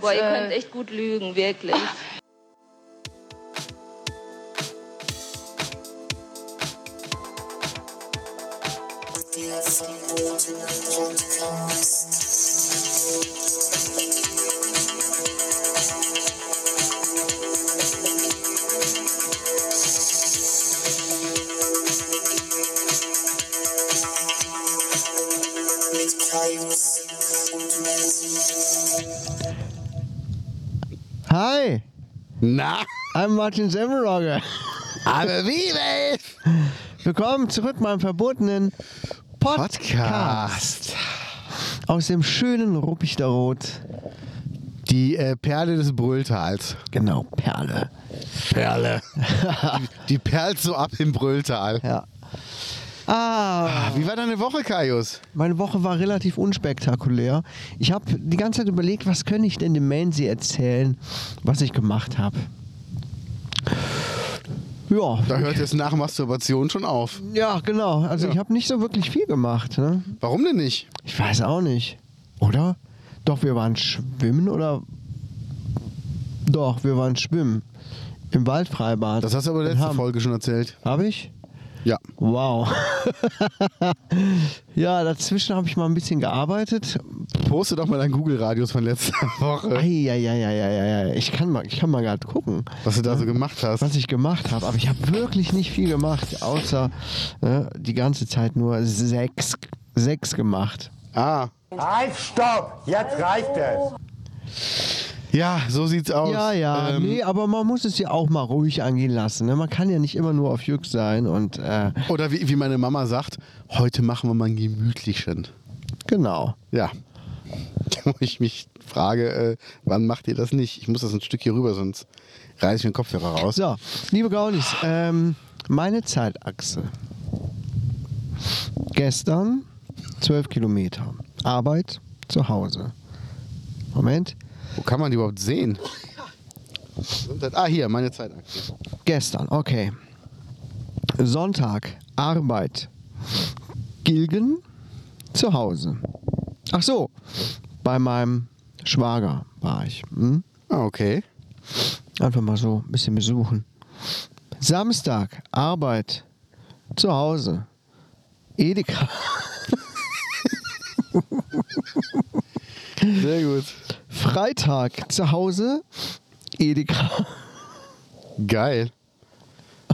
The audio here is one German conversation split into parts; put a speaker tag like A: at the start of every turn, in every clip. A: Boah, ihr könnt echt gut lügen, wirklich.
B: Hi,
C: Na,
B: I'm Martin Semmelrogge.
C: aber wie Welt?
B: Willkommen zurück meinem verbotenen Podcast
C: Podcast.
B: aus dem schönen Ruppichterrot.
C: Die äh, Perle des Brülltals.
B: Genau, Perle.
C: Perle. die, die perlt so ab im Brülltal.
B: Ja. Ah,
C: Wie war deine Woche, Kaius?
B: meine Woche war relativ unspektakulär. Ich habe die ganze Zeit überlegt, was könnte ich denn dem Mansi erzählen, was ich gemacht habe. Ja,
C: Da hört jetzt nach Masturbation schon auf.
B: ja, genau. Also
C: Ja.
B: ich habe nicht so wirklich viel gemacht. Ne?
C: Warum denn nicht?
B: Ich weiß auch nicht. Oder? Doch, wir waren schwimmen oder? Doch, wir waren schwimmen. Im Waldfreibad.
C: Das hast du aber letzte Folge schon erzählt.
B: Habe ich?
C: Ja.
B: Wow. ja, dazwischen habe ich mal ein bisschen gearbeitet.
C: Poste doch mal deinen Google-Radius von letzter Woche,
B: Eieieiei. Ich kann mal, ich kann mal gerade gucken,
C: was du da so gemacht hast.
B: was ich gemacht habe. Aber ich habe wirklich nicht viel gemacht, außer ne, die ganze Zeit nur sechs, sechs gemacht.
C: Ah.
D: Halt, stopp! Jetzt reicht es!
C: Ja, so sieht's aus.
B: Ja, ja,
C: Ähm,
B: nee, aber man muss es ja auch mal ruhig angehen lassen. Ne? Man kann ja nicht immer nur auf Jück sein und äh,
C: Oder wie, wie meine Mama sagt, heute machen wir mal einen gemütlichen.
B: genau.
C: Ja. Wo ich mich frage, äh, wann macht ihr das nicht? Ich muss das ein Stück hier rüber, sonst reiße ich den Kopfhörer raus.
B: So, liebe Gaunis, ähm, meine Zeitachse. Gestern 12 Kilometer. Arbeit zu Hause. Moment.
C: Wo kann man die überhaupt sehen? Gesundheit. Ah, hier, meine Zeitakte.
B: Gestern, okay. Sonntag, Arbeit. Gilgen, zu Hause. Ach so, bei meinem Schwager war ich. Hm?
C: Ah, okay.
B: Einfach mal so ein bisschen besuchen. Samstag, Arbeit, zu Hause. Edeka.
C: Sehr gut.
B: Freitag, zu Hause. Edeka.
C: Geil.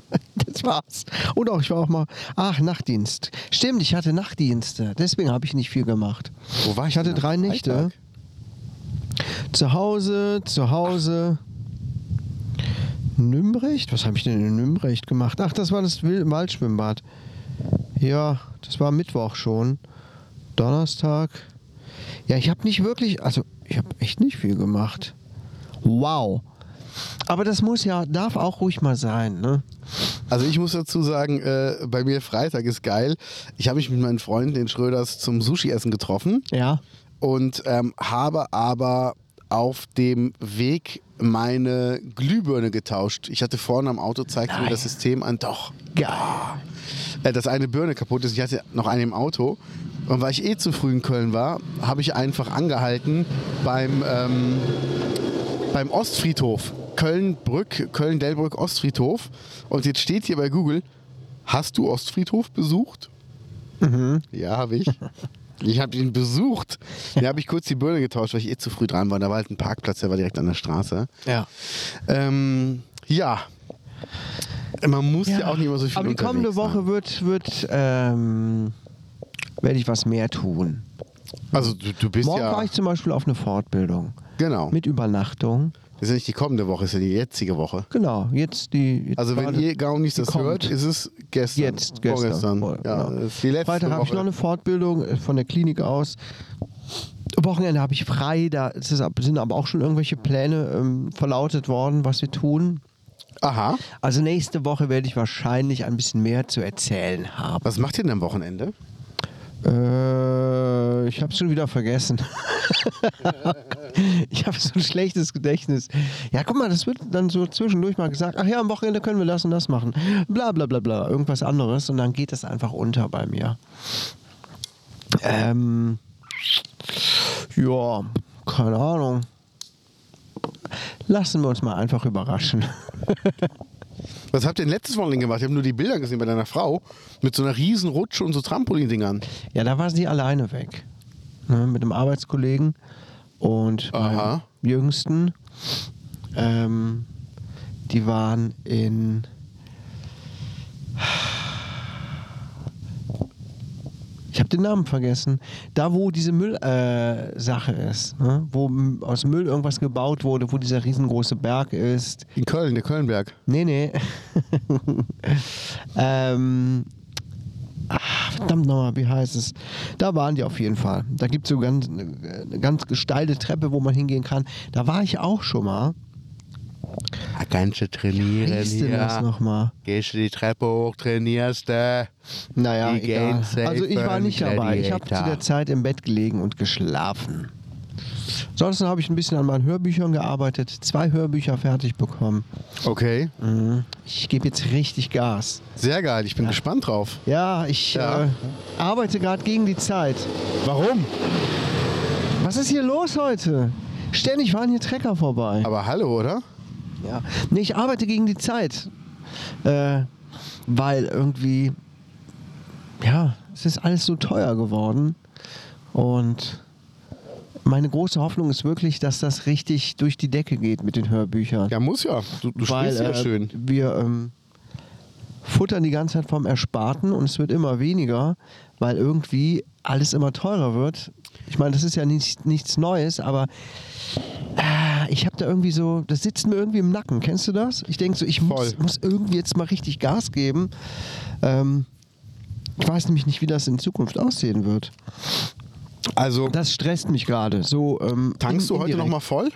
B: Das war's. Und auch, ich war auch mal. Ach, Nachtdienst. Stimmt, ich hatte Nachtdienste. Deswegen habe ich nicht viel gemacht.
C: Wo war ich
B: Ich hatte
C: denn am
B: drei Nächte.
C: Freitag?
B: Zu Hause, zu Hause. Nümbrecht? Was habe ich denn in Nümbrecht gemacht? Ach, das war das Wild- Waldschwimmbad. Ja, das war Mittwoch schon. Donnerstag. Ja, ich habe nicht wirklich, also ich habe echt nicht viel gemacht. Wow. Aber das muss ja, darf auch ruhig mal sein, ne?
C: Also ich muss dazu sagen, äh, bei mir Freitag ist geil. Ich habe mich mit meinen Freunden, den Schröders, zum Sushi-Essen getroffen.
B: Ja.
C: und ähm, habe aber auf dem Weg meine Glühbirne getauscht. Ich hatte vorne am Auto, zeigte mir das System an, doch,
B: Geil.
C: äh, dass eine Birne kaputt ist. Ich hatte noch eine im Auto. Und weil ich eh zu früh in Köln war, habe ich einfach angehalten beim, ähm, beim Ostfriedhof. Köln-Brück, Köln-Delbrück-Ostfriedhof. Und jetzt steht hier bei Google, hast du Ostfriedhof besucht?
B: Mhm.
C: Ja, habe ich. Ich habe ihn besucht. Da habe ich kurz die Birne getauscht, weil ich eh zu früh dran war. Da war halt ein Parkplatz, der war direkt an der Straße.
B: Ja.
C: Ähm, ja. Man muss ja. auch nicht immer so viel
B: Aber die kommende
C: unterwegs ne?
B: Woche
C: sein.
B: wird, wird, ähm, werde ich was mehr tun.
C: Also du, du bist
B: Morgen
C: ja...
B: fahre ich zum Beispiel auf eine Fortbildung.
C: Genau.
B: Mit Übernachtung.
C: Das ist ja nicht die kommende Woche, das ist ja die jetzige Woche.
B: Genau, jetzt die. Jetzt
C: Also wenn
B: gerade-
C: ihr gar nicht
B: die
C: das
B: kommt.
C: hört, ist es gestern.
B: Jetzt, gestern.
C: Vorgestern. Ja,
B: Genau.
C: das ist die letzte
B: Freitag habe ich
C: Woche.
B: noch eine Fortbildung äh, von der Klinik aus. Wochenende habe ich frei, da ist es, ab- sind aber auch schon irgendwelche Pläne ähm, verlautet worden, was wir tun.
C: Aha.
B: Also nächste Woche werde ich wahrscheinlich ein bisschen mehr zu erzählen haben.
C: Was macht ihr denn am Wochenende?
B: Äh, ich habe schon wieder vergessen. ich habe so ein schlechtes Gedächtnis. Ja, guck mal, das wird dann so zwischendurch mal gesagt. Ach ja, am Wochenende können wir das und das machen. Bla bla bla bla. Irgendwas anderes. Und dann geht das einfach unter bei mir. Ähm, ja, keine Ahnung. Lassen wir uns mal einfach überraschen.
C: Was habt ihr denn letztes Wochenende gemacht? Ich habe nur die Bilder gesehen bei deiner Frau mit so einer riesen Rutsche und so Trampolindingern.
B: Ja, da war sie alleine weg. Ne, mit einem Arbeitskollegen und meinem
C: Aha.
B: Jüngsten. Ähm, die waren in. Ich habe den Namen vergessen. Da, wo diese Müllsache äh, Sache ist, ne? wo m- aus Müll irgendwas gebaut wurde, wo dieser riesengroße Berg ist.
C: In Köln, der Kölnberg.
B: Nee, nee. ähm, ah, verdammt nochmal, wie heißt es? Da waren die auf jeden Fall. Da gibt es so ganz, eine ganz gesteilte Treppe, wo man hingehen kann. Da war ich auch schon mal. Ah,
C: Ganze trainieren
B: Wie hieß denn das nochmal?
C: Gehst du die Treppe hoch, trainierst
B: äh.
C: du.
B: Naja,
C: Die
B: egal.
C: Gains
B: Also ich war
C: safen
B: nicht dabei. Ich habe zu
C: Gladiator.
B: der Zeit im Bett gelegen und geschlafen. Ansonsten habe ich ein bisschen an meinen Hörbüchern gearbeitet, zwei Hörbücher fertig bekommen.
C: Okay,
B: Mhm. Ich gebe jetzt richtig Gas.
C: sehr geil. Ich bin gespannt drauf.
B: Ja, ich
C: Ja.
B: Äh, arbeite gerade gegen die Zeit.
C: Warum?
B: Was ist hier los heute? Ständig waren hier Trecker vorbei.
C: Aber hallo, oder?
B: Ja. Nee, ich arbeite gegen die Zeit. Äh, weil irgendwie, ja, es ist alles so teuer geworden. Und meine große Hoffnung ist wirklich, dass das richtig durch die Decke geht mit den Hörbüchern.
C: Ja, muss ja. Du, du
B: weil
C: spielst ja
B: äh,
C: schön.
B: wir ähm, futtern die ganze Zeit vom Ersparten und es wird immer weniger, weil irgendwie alles immer teurer wird. Ich meine, das ist ja nicht, nichts Neues, aber äh, ich habe da irgendwie so, das sitzt mir irgendwie im Nacken. Kennst du das? Ich denke so, ich muss,
C: Voll.
B: muss irgendwie jetzt mal richtig Gas geben. Ähm, ich weiß nämlich nicht, wie das in Zukunft aussehen wird.
C: Also,
B: Das stresst mich gerade. So, ähm, in-
C: tankst du heute
B: indirekt.
C: nochmal voll?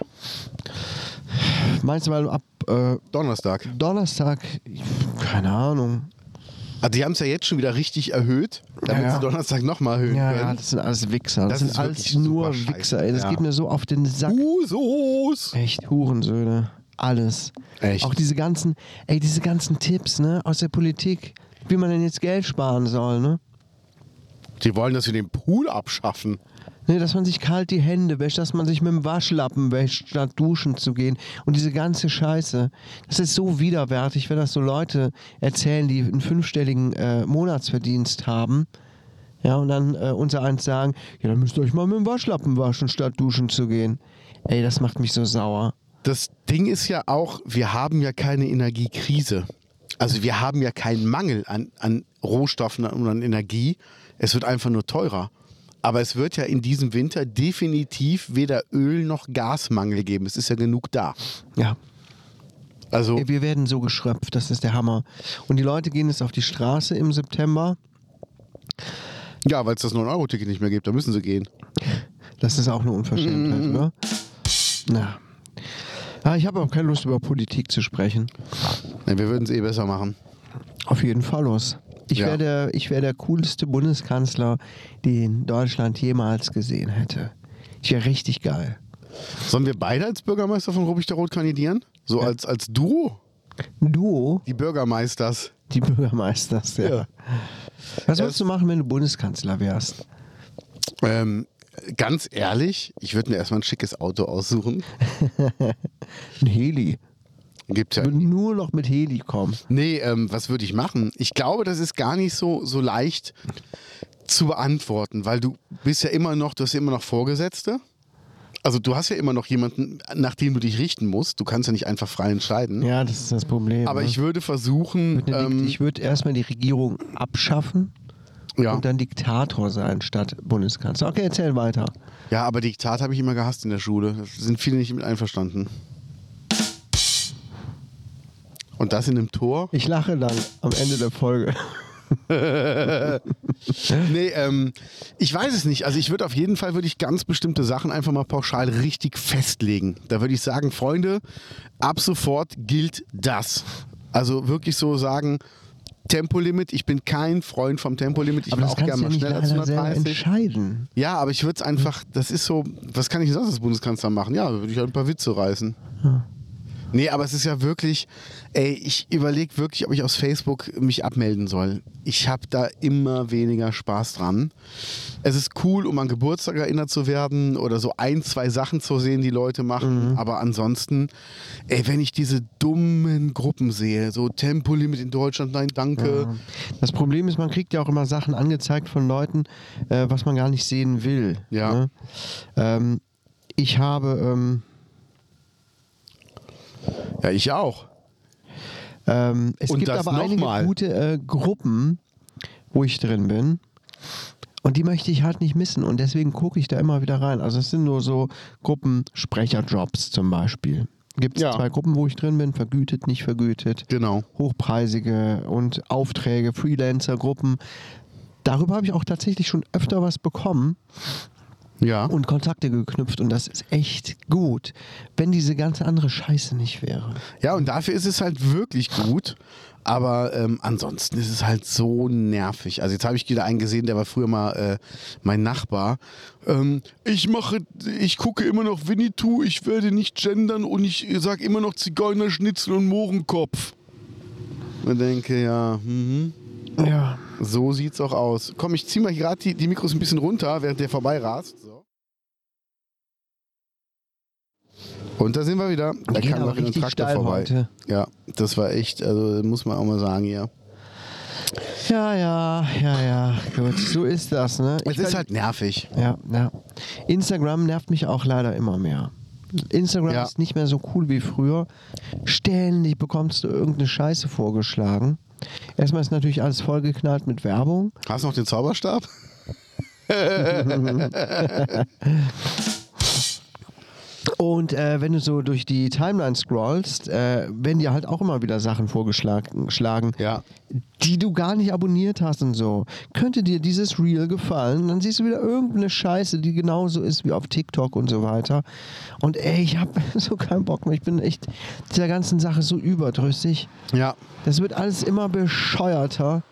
B: Meinst du, weil ab äh,
C: Donnerstag.
B: Donnerstag, keine Ahnung,
C: Also, die haben es ja jetzt schon wieder richtig erhöht, damit
B: Ja, ja.
C: sie Donnerstag nochmal erhöhen
B: Ja, ja,
C: können.
B: das sind alles Wichser. Das,
C: Das
B: sind
C: ist
B: alles
C: wirklich
B: nur
C: super scheiße.
B: Wichser. Ey. Das
C: Ja.
B: geht mir so auf den Sack.
C: Usos!
B: Echt Hurensöhne. Alles.
C: Echt?
B: Auch diese ganzen, ey, diese ganzen Tipps, ne, aus der Politik, wie man denn jetzt Geld sparen soll, ne?
C: Die wollen, dass wir den Pool abschaffen.
B: Ne, dass man sich kalt die Hände wäscht, dass man sich mit dem Waschlappen wäscht, statt duschen zu gehen. Und diese ganze Scheiße. Das ist so widerwärtig, wenn das so Leute erzählen, die einen fünfstelligen äh, Monatsverdienst haben. Ja, und dann äh, unter eins sagen, ja, dann müsst ihr euch mal mit dem Waschlappen waschen, statt duschen zu gehen. Ey, das macht mich so sauer.
C: Das Ding ist ja auch, wir haben ja keine Energiekrise. Also wir haben ja keinen Mangel an, an Rohstoffen und an Energie. Es wird einfach nur teurer. Aber es wird ja in diesem Winter definitiv weder Öl noch Gasmangel geben. Es ist ja genug da.
B: Ja,
C: Also
B: Ey, wir werden so geschröpft, das ist der Hammer. Und die Leute gehen jetzt auf die Straße im September.
C: ja, weil es das 9-Euro-Ticket nicht mehr gibt, da müssen sie gehen.
B: Das ist auch eine Unverschämtheit, oder? Na. Ja, ich habe auch keine Lust, über Politik zu sprechen.
C: Nein, wir würden es eh besser machen.
B: Auf jeden Fall los. Ich
C: Ja.
B: wäre der, ich wär der coolste Bundeskanzler, den Deutschland jemals gesehen hätte. Ich wäre richtig geil.
C: Sollen wir beide als Bürgermeister von Rubik der Rot kandidieren? So als, als Duo?
B: Ein Duo,
C: Die Bürgermeisters.
B: die Bürgermeisters, ja.
C: Ja.
B: Was
C: Ja,
B: würdest du machen, wenn du Bundeskanzler wärst?
C: Ähm, ganz ehrlich, ich würde mir erstmal ein schickes Auto aussuchen.
B: Ein Heli.
C: Gibt's
B: Ich
C: ja
B: würde nur noch mit Heli kommen.
C: Nee, ähm, was würde ich machen? Ich glaube, das ist gar nicht so, so leicht zu beantworten, weil du bist ja immer noch, du hast ja immer noch Vorgesetzte. Also du hast ja immer noch jemanden, nach dem du dich richten musst. Du kannst ja nicht einfach frei entscheiden.
B: Ja, das ist das Problem.
C: Aber
B: ne?
C: ich würde versuchen,
B: Mit einer Dikt-
C: ähm,
B: ich würde erstmal die Regierung abschaffen
C: ja.
B: und dann Diktator sein statt Bundeskanzler. Okay, erzähl weiter.
C: ja, aber Diktat habe ich immer gehasst in der Schule. Da sind viele nicht mit einverstanden. Und das in einem Tor?
B: Ich lache dann am Ende der Folge.
C: Nee, ähm, ich weiß es nicht. Also ich würde auf jeden Fall, würde ich ganz bestimmte Sachen einfach mal pauschal richtig festlegen. Da würde ich sagen, Freunde, ab sofort gilt das. Also wirklich so sagen, Tempolimit, ich bin kein Freund vom Tempolimit. Ich
B: Aber
C: war
B: das
C: auch
B: kannst du
C: gerne
B: ja
C: mal
B: nicht
C: schneller als
B: leider selber
C: 130.
B: entscheiden.
C: Ja, aber ich würde es einfach, das ist so, was kann ich denn sonst als Bundeskanzler machen? Ja, würde ich halt ein paar Witze reißen. Nee, aber es ist ja wirklich, ey, ich überlege wirklich, ob ich aus Facebook mich abmelden soll. Ich habe da immer weniger Spaß dran. Es ist cool, um an Geburtstag erinnert zu werden oder so ein, zwei Sachen zu sehen, die Leute machen. Aber ansonsten, ey, wenn ich diese dummen Gruppen sehe, so Tempolimit in Deutschland, nein, danke.
B: Das Problem ist, man kriegt ja auch immer Sachen angezeigt von Leuten, äh, was man gar nicht sehen will.
C: Ja.
B: Ne? Ähm, ich habe, ähm,
C: Ja, ich auch.
B: ähm, es
C: Und
B: gibt
C: das
B: aber
C: noch
B: einige
C: mal.
B: gute äh, Gruppen, wo ich drin bin. Und die möchte ich halt nicht missen und deswegen gucke ich da immer wieder rein. Also es sind nur so Gruppen Sprecherjobs zum Beispiel. Gibt es
C: Ja.
B: zwei Gruppen, wo ich drin bin, vergütet, nicht vergütet.
C: Genau.
B: hochpreisige und Aufträge, Freelancer-Gruppen. Darüber habe ich auch tatsächlich schon öfter was bekommen
C: Ja.
B: und Kontakte geknüpft und das ist echt gut, wenn diese ganze andere Scheiße nicht wäre.
C: Ja, und dafür ist es halt wirklich gut. Aber ähm, ansonsten ist es halt so nervig. Also jetzt habe ich wieder einen gesehen, der war früher mal äh, mein Nachbar. Ähm, ich mache, ich gucke immer noch Winnetou, ich werde nicht gendern und ich sage immer noch Zigeunerschnitzel und Mohrenkopf. Man denke, ja, mhm.
B: Ja.
C: so sieht's auch aus. Komm, ich ziehe mal gerade die, die Mikros ein bisschen runter, während der vorbei rast. So. Und da sind wir wieder. Da
B: Die gehen
C: kam
B: aber
C: noch ein
B: richtig
C: Traktor
B: steil
C: vorbei.
B: heute.
C: Ja, das war echt, also muss man auch mal sagen, ja.
B: Ja, ja, ja, ja. Gut, so ist das, ne?
C: Es
B: Ich
C: ist
B: ver-
C: halt nervig.
B: ja, ja. Instagram nervt mich auch leider immer mehr. Instagram
C: Ja.
B: ist nicht mehr so cool wie früher. Ständig bekommst du irgendeine Scheiße vorgeschlagen. Erstmal ist natürlich alles vollgeknallt mit Werbung.
C: Hast du noch den Zauberstab?
B: Und äh, wenn du so durch die Timeline scrollst, äh, werden dir halt auch immer wieder Sachen vorgeschlagen, schlagen,
C: Ja.
B: die du gar nicht abonniert hast und so. Könnte dir dieses Reel gefallen? Und dann siehst du wieder irgendeine Scheiße, die genauso ist wie auf TikTok und so weiter. Und ey, ich habe so keinen Bock mehr. Ich bin echt dieser ganzen Sache so überdrüssig.
C: Ja.
B: Das wird alles immer bescheuerter.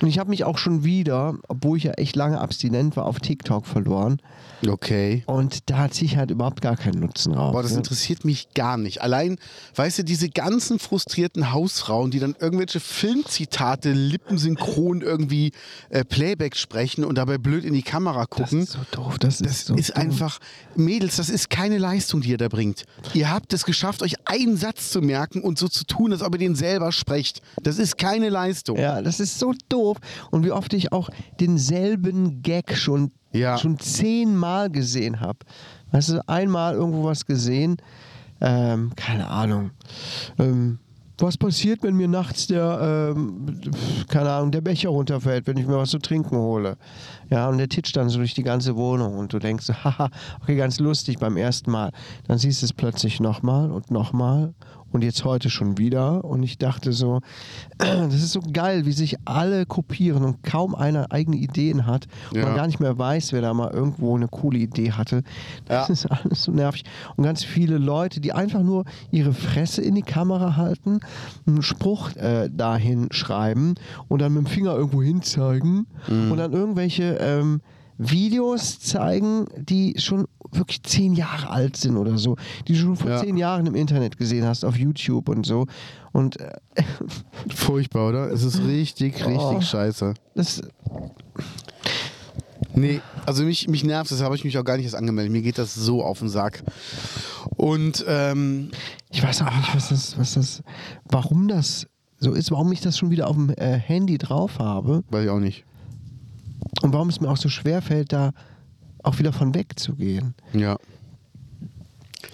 B: Und ich habe mich auch schon wieder, obwohl ich ja echt lange abstinent war, auf TikTok verloren.
C: Okay.
B: Und da ziehe ich halt überhaupt gar keinen Nutzen raus.
C: Boah, das
B: ne?
C: interessiert mich gar nicht. Allein, weißt du, diese ganzen frustrierten Hausfrauen, die dann irgendwelche Filmzitate lippensynchron irgendwie äh, Playback sprechen und dabei blöd in die Kamera
B: Das
C: gucken.
B: ist so doof. Das, ist
C: Das
B: so
C: ist
B: doof.
C: einfach, Mädels, das ist keine Leistung, die ihr da bringt. Ihr habt es geschafft, euch einen Satz zu merken und so zu tun, als ob ihr den selber sprecht. Das ist keine Leistung.
B: Ja, das ist so doof. Und wie oft ich auch denselben Gag schon,
C: Ja.
B: schon zehnmal gesehen habe. Weißt du, einmal irgendwo was gesehen, ähm, keine Ahnung. Ähm, was passiert, wenn mir nachts der, ähm, keine Ahnung, der Becher runterfällt, wenn ich mir was zu trinken hole? Ja, und der titscht dann so durch die ganze Wohnung und du denkst, so, haha, okay, ganz lustig beim ersten Mal. Dann siehst du es plötzlich nochmal und nochmal und jetzt heute schon wieder. Und ich dachte so, das ist so geil, wie sich alle kopieren und kaum einer eigene Ideen hat und
C: Ja.
B: man gar nicht mehr weiß, wer da mal irgendwo eine coole Idee hatte. Das
C: Ja.
B: ist alles so nervig. Und ganz viele Leute, die einfach nur ihre Fresse in die Kamera halten, einen Spruch äh, dahin schreiben und dann mit dem Finger irgendwo hinzeigen
C: Mhm.
B: und dann irgendwelche ähm, Videos zeigen, die schon wirklich zehn Jahre alt sind oder so, die du schon vor
C: Ja.
B: zehn Jahren im Internet gesehen hast, auf YouTube und so. Und äh,
C: Furchtbar, oder? Es ist richtig, richtig
B: Oh.
C: scheiße.
B: das,
C: Nee, also mich, mich nervt, deshalb habe ich mich auch gar nicht erst angemeldet. Mir geht das so auf den Sack. Und ähm,
B: ich weiß auch nicht, was das, was das, warum das so ist, warum ich das schon wieder auf dem äh, Handy drauf habe
C: weiß ich auch nicht.
B: und warum es mir auch so schwer fällt, da auch wieder von wegzugehen.
C: Ja.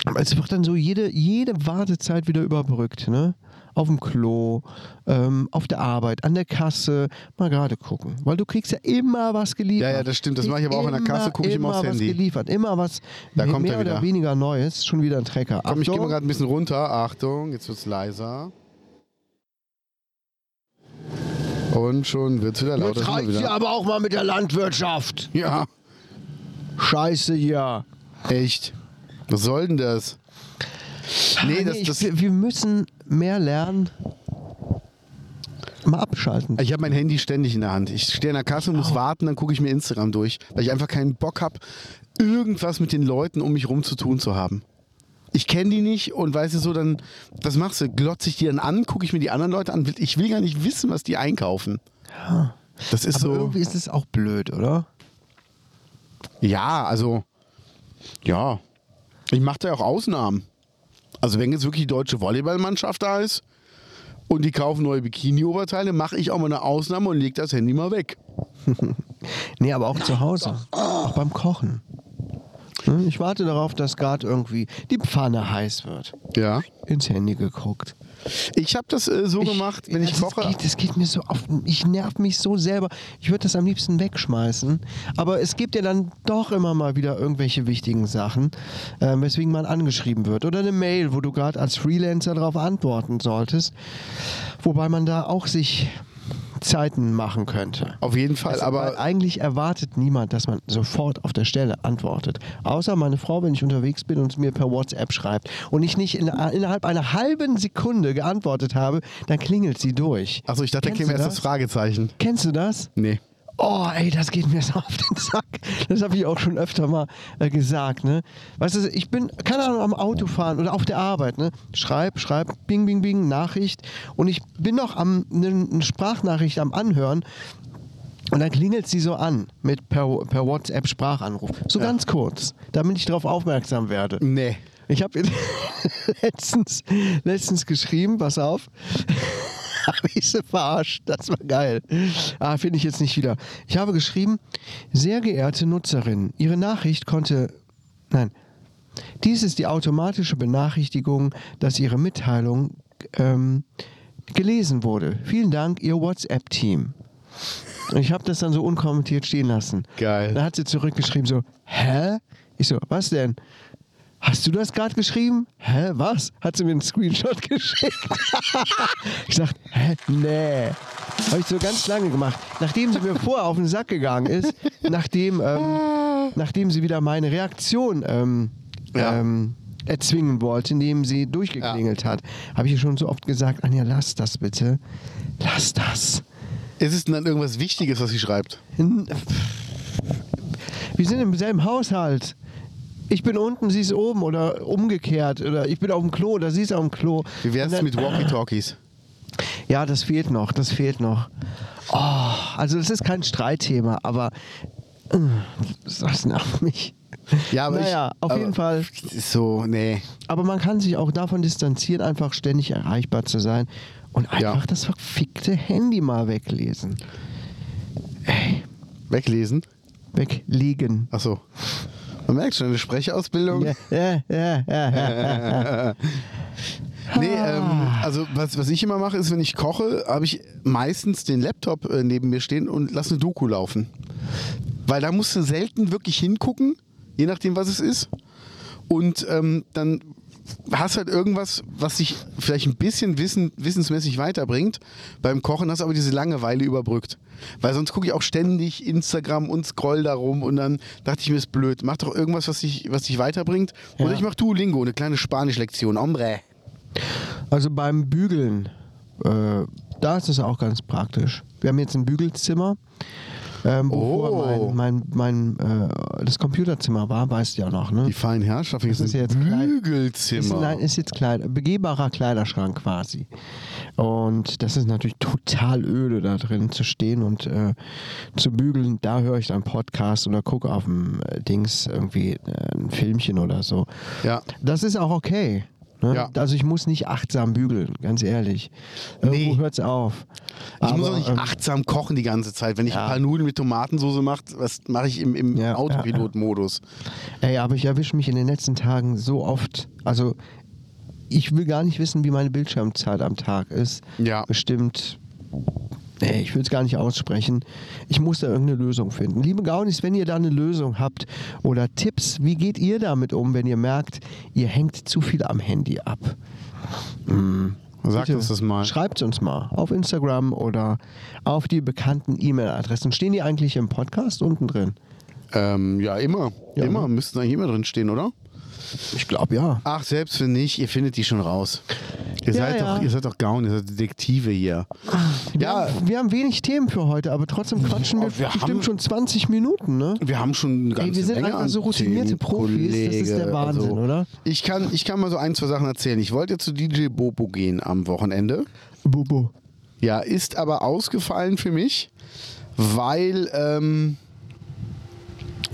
B: Aber Es wird dann so jede, jede Wartezeit wieder überbrückt, ne? Auf dem Klo, ähm, auf der Arbeit, an der Kasse, mal gerade gucken. Weil du kriegst ja immer was geliefert.
C: Ja, ja, das stimmt. Das mache ich aber auch an der Kasse, gucke ich immer aufs
B: was
C: Handy.
B: geliefert, immer was
C: Da
B: mehr
C: kommt er
B: oder
C: wieder.
B: weniger Neues, schon wieder ein Trecker.
C: Komm, ich gehe mal
B: Achtung.
C: gerade ein bisschen runter. Achtung, jetzt wird's leiser. Und schon wird's wieder lauter.
B: Jetzt
C: Sind wir
B: reicht's ja
C: wieder.
B: aber auch mal mit der Landwirtschaft.
C: Ja,
B: Scheiße hier.
C: echt. Was soll denn das? Nee,
B: Ah,
C: das,
B: ich-
C: das,
B: wir, wir müssen mehr lernen. Mal abschalten.
C: Ich habe mein Handy ständig in der Hand. Ich stehe an der Kasse und muss warten, dann gucke ich mir Instagram durch, weil ich einfach keinen Bock habe, irgendwas mit den Leuten um mich rum zu tun zu haben. ich kenne die nicht und weißt du so, dann, was machst du? Glotze ich die dann an, gucke ich mir die anderen Leute an, will, ich will gar nicht wissen, was die einkaufen. Das ist
B: Aber
C: so.
B: irgendwie ist es auch blöd, oder?
C: Ja, also, ja. Ich mache da ja auch Ausnahmen. Also, wenn jetzt wirklich die deutsche Volleyballmannschaft da ist und die kaufen neue Bikini-Oberteile, mache ich auch mal eine Ausnahme und leg das Handy mal weg.
B: Nee, aber auch zu Hause. Auch beim Kochen. Hm, Ich warte darauf, dass gerade irgendwie die Pfanne heiß wird.
C: Ja.
B: Ins Handy geguckt.
C: Ich habe das äh, so gemacht, wenn ich
B: also das
C: koche.
B: Geht, das geht mir so auf. Ich nerv mich so selber. Ich würde das am liebsten wegschmeißen. Aber es gibt ja dann doch immer mal wieder irgendwelche wichtigen Sachen, äh, weswegen man angeschrieben wird. Oder eine Mail, wo du gerade als Freelancer darauf antworten solltest. Wobei man da auch sich Zeiten machen könnte.
C: Auf jeden Fall,
B: Also, weil
C: aber
B: eigentlich erwartet niemand, dass man sofort auf der Stelle antwortet. Außer meine Frau, wenn ich unterwegs bin und es mir per WhatsApp schreibt und ich nicht in, äh, innerhalb einer halben Sekunde geantwortet habe, dann klingelt sie durch.
C: achso, Also, ich dachte, da
B: Kennst
C: käme
B: du
C: erst das Fragezeichen.
B: Kennst du das?
C: Nee.
B: Oh, ey, das geht mir so auf den Sack. Das habe ich auch schon öfter mal äh, gesagt, ne? Weißt du, ich bin, keine Ahnung, am Autofahren oder auf der Arbeit, ne? Schreib, schreib, bing, bing, bing, Nachricht. Und ich bin noch am, ne, ne Sprachnachricht am Anhören. Und dann klingelt sie so an mit per, per WhatsApp-Sprachanruf. So ganz kurz, damit ich darauf aufmerksam werde.
C: Nee.
B: Ich habe letztens, letztens geschrieben, pass auf. Habe ich sie verarscht, das war geil. Ah, finde ich jetzt nicht wieder. Ich habe geschrieben, sehr geehrte Nutzerin, Ihre Nachricht konnte. Nein. Dies ist die automatische Benachrichtigung, dass Ihre Mitteilung ähm, gelesen wurde. Vielen Dank, Ihr WhatsApp-Team. Und ich habe das dann so unkommentiert stehen lassen.
C: Geil.
B: Dann hat sie zurückgeschrieben, so, hä? Ich so, was denn? Hast du das gerade geschrieben? Hä, was? Hat sie mir einen Screenshot geschickt? ich sag, hä, nee. Habe ich so ganz lange gemacht. Nachdem sie mir vorher auf den Sack gegangen ist, nachdem, ähm, nachdem sie wieder meine Reaktion ähm,
C: Ja.
B: ähm, erzwingen wollte, indem sie durchgeklingelt hat, habe ich ihr schon so oft gesagt, Anja, lass das bitte. Lass das.
C: Ist es denn dann irgendwas Wichtiges, was sie schreibt?
B: N- Wir sind im selben Haushalt. Ich bin unten, sie ist oben oder umgekehrt. Oder ich bin auf dem Klo oder sie ist auf dem Klo.
C: Wie wär's
B: Und dann-
C: mit Walkie-Talkies?
B: Ja, das fehlt noch, das fehlt noch. Oh, also das ist kein Streitthema, aber äh, das nervt mich.
C: Ja, aber
B: naja,
C: ich,
B: auf
C: aber-
B: jeden Fall.
C: So, nee.
B: Aber man kann sich auch davon distanzieren, einfach ständig erreichbar zu sein und
C: Ja.
B: einfach das verfickte Handy mal weglesen.
C: Weglesen.
B: Weglegen.
C: Achso. Man merkt schon, eine Sprechausbildung.
B: Ja, ja, ja, ja, ja.
C: Nee, ähm, also was, was ich immer mache, ist, wenn ich koche, habe ich meistens den Laptop äh, neben mir stehen und lasse eine Doku laufen. Weil da musst du selten wirklich hingucken, je nachdem, was es ist. Und ähm, dann hast halt irgendwas, was dich vielleicht ein bisschen wissen, wissensmäßig weiterbringt. Beim Kochen hast du aber diese Langeweile überbrückt. Weil sonst gucke ich auch ständig Instagram und scroll da rum und dann dachte ich mir, ist blöd. Mach doch irgendwas, was dich, was dich weiterbringt. Oder
B: Ja.
C: ich mach Duolingo, eine kleine Spanisch-Lektion. Hombre.
B: Also beim Bügeln, äh, da ist es auch ganz praktisch. Wir haben jetzt ein Bügelzimmer. Ähm, wo
C: Oh.
B: vorher mein, mein, mein äh, das Computerzimmer war, weißt du ja noch, ne?
C: Die feinen Herrschaften
B: Das ist
C: sind
B: jetzt klein. Ist,
C: Bügelzimmer.
B: nein, ist jetzt klein, begehbarer Kleiderschrank quasi. Und das ist natürlich total öde, da drin zu stehen und äh, zu bügeln. Da höre ich dann Podcast oder gucke auf dem äh, Dings irgendwie äh, ein Filmchen oder so.
C: Ja.
B: Das ist auch okay. Ne?
C: Ja.
B: Also ich muss nicht achtsam bügeln, ganz ehrlich. Irgendwo
C: Nee.
B: hört's auf.
C: Ich muss auch nicht
B: ähm,
C: achtsam kochen die ganze Zeit. Wenn ich ein paar Nudeln mit Tomatensoße mache, was mache ich im, im
B: Ja,
C: Autopilot-Modus?
B: Ey, aber ich erwische mich in den letzten Tagen so oft. Also, ich will gar nicht wissen, wie meine Bildschirmzeit am Tag ist.
C: Ja.
B: Bestimmt. Ey, ich will es gar nicht aussprechen. Ich muss da irgendeine Lösung finden. Liebe Gaunis, wenn ihr da eine Lösung habt oder Tipps, wie geht ihr damit um, wenn ihr merkt, ihr hängt zu viel am Handy ab?
C: Sagt
B: Bitte,
C: uns das mal.
B: Schreibt uns mal auf Instagram oder auf die bekannten E-Mail-Adressen. Stehen die eigentlich im Podcast unten drin?
C: Ähm, ja, immer.
B: Ja,
C: immer.
B: ne?
C: Müssten eigentlich immer drin stehen, oder?
B: Ich glaube ja.
C: Ach, selbst wenn nicht, ihr findet die schon raus.
B: Ja,
C: Ihr, seid
B: ja.
C: Doch, ihr seid doch Gaun, ihr seid Detektive hier. Ja, Mhm.
B: Wir haben wenig Themen für heute, aber trotzdem quatschen wir,
C: wir haben-
B: bestimmt schon 20 Minuten, ne?
C: wir haben schon eine ganze
B: wir sind
C: Menge
B: einfach
C: an
B: so routinierte
C: Themen,
B: Profis, das ist der
C: Kollege. also
B: Wahnsinn, oder?
C: Ich kann, ich kann mal so ein, zwei Sachen erzählen. Ich wollte zu DJ Bobo gehen am Wochenende.
B: Bobo.
C: Ja, ist aber ausgefallen für mich, weil. Ähm,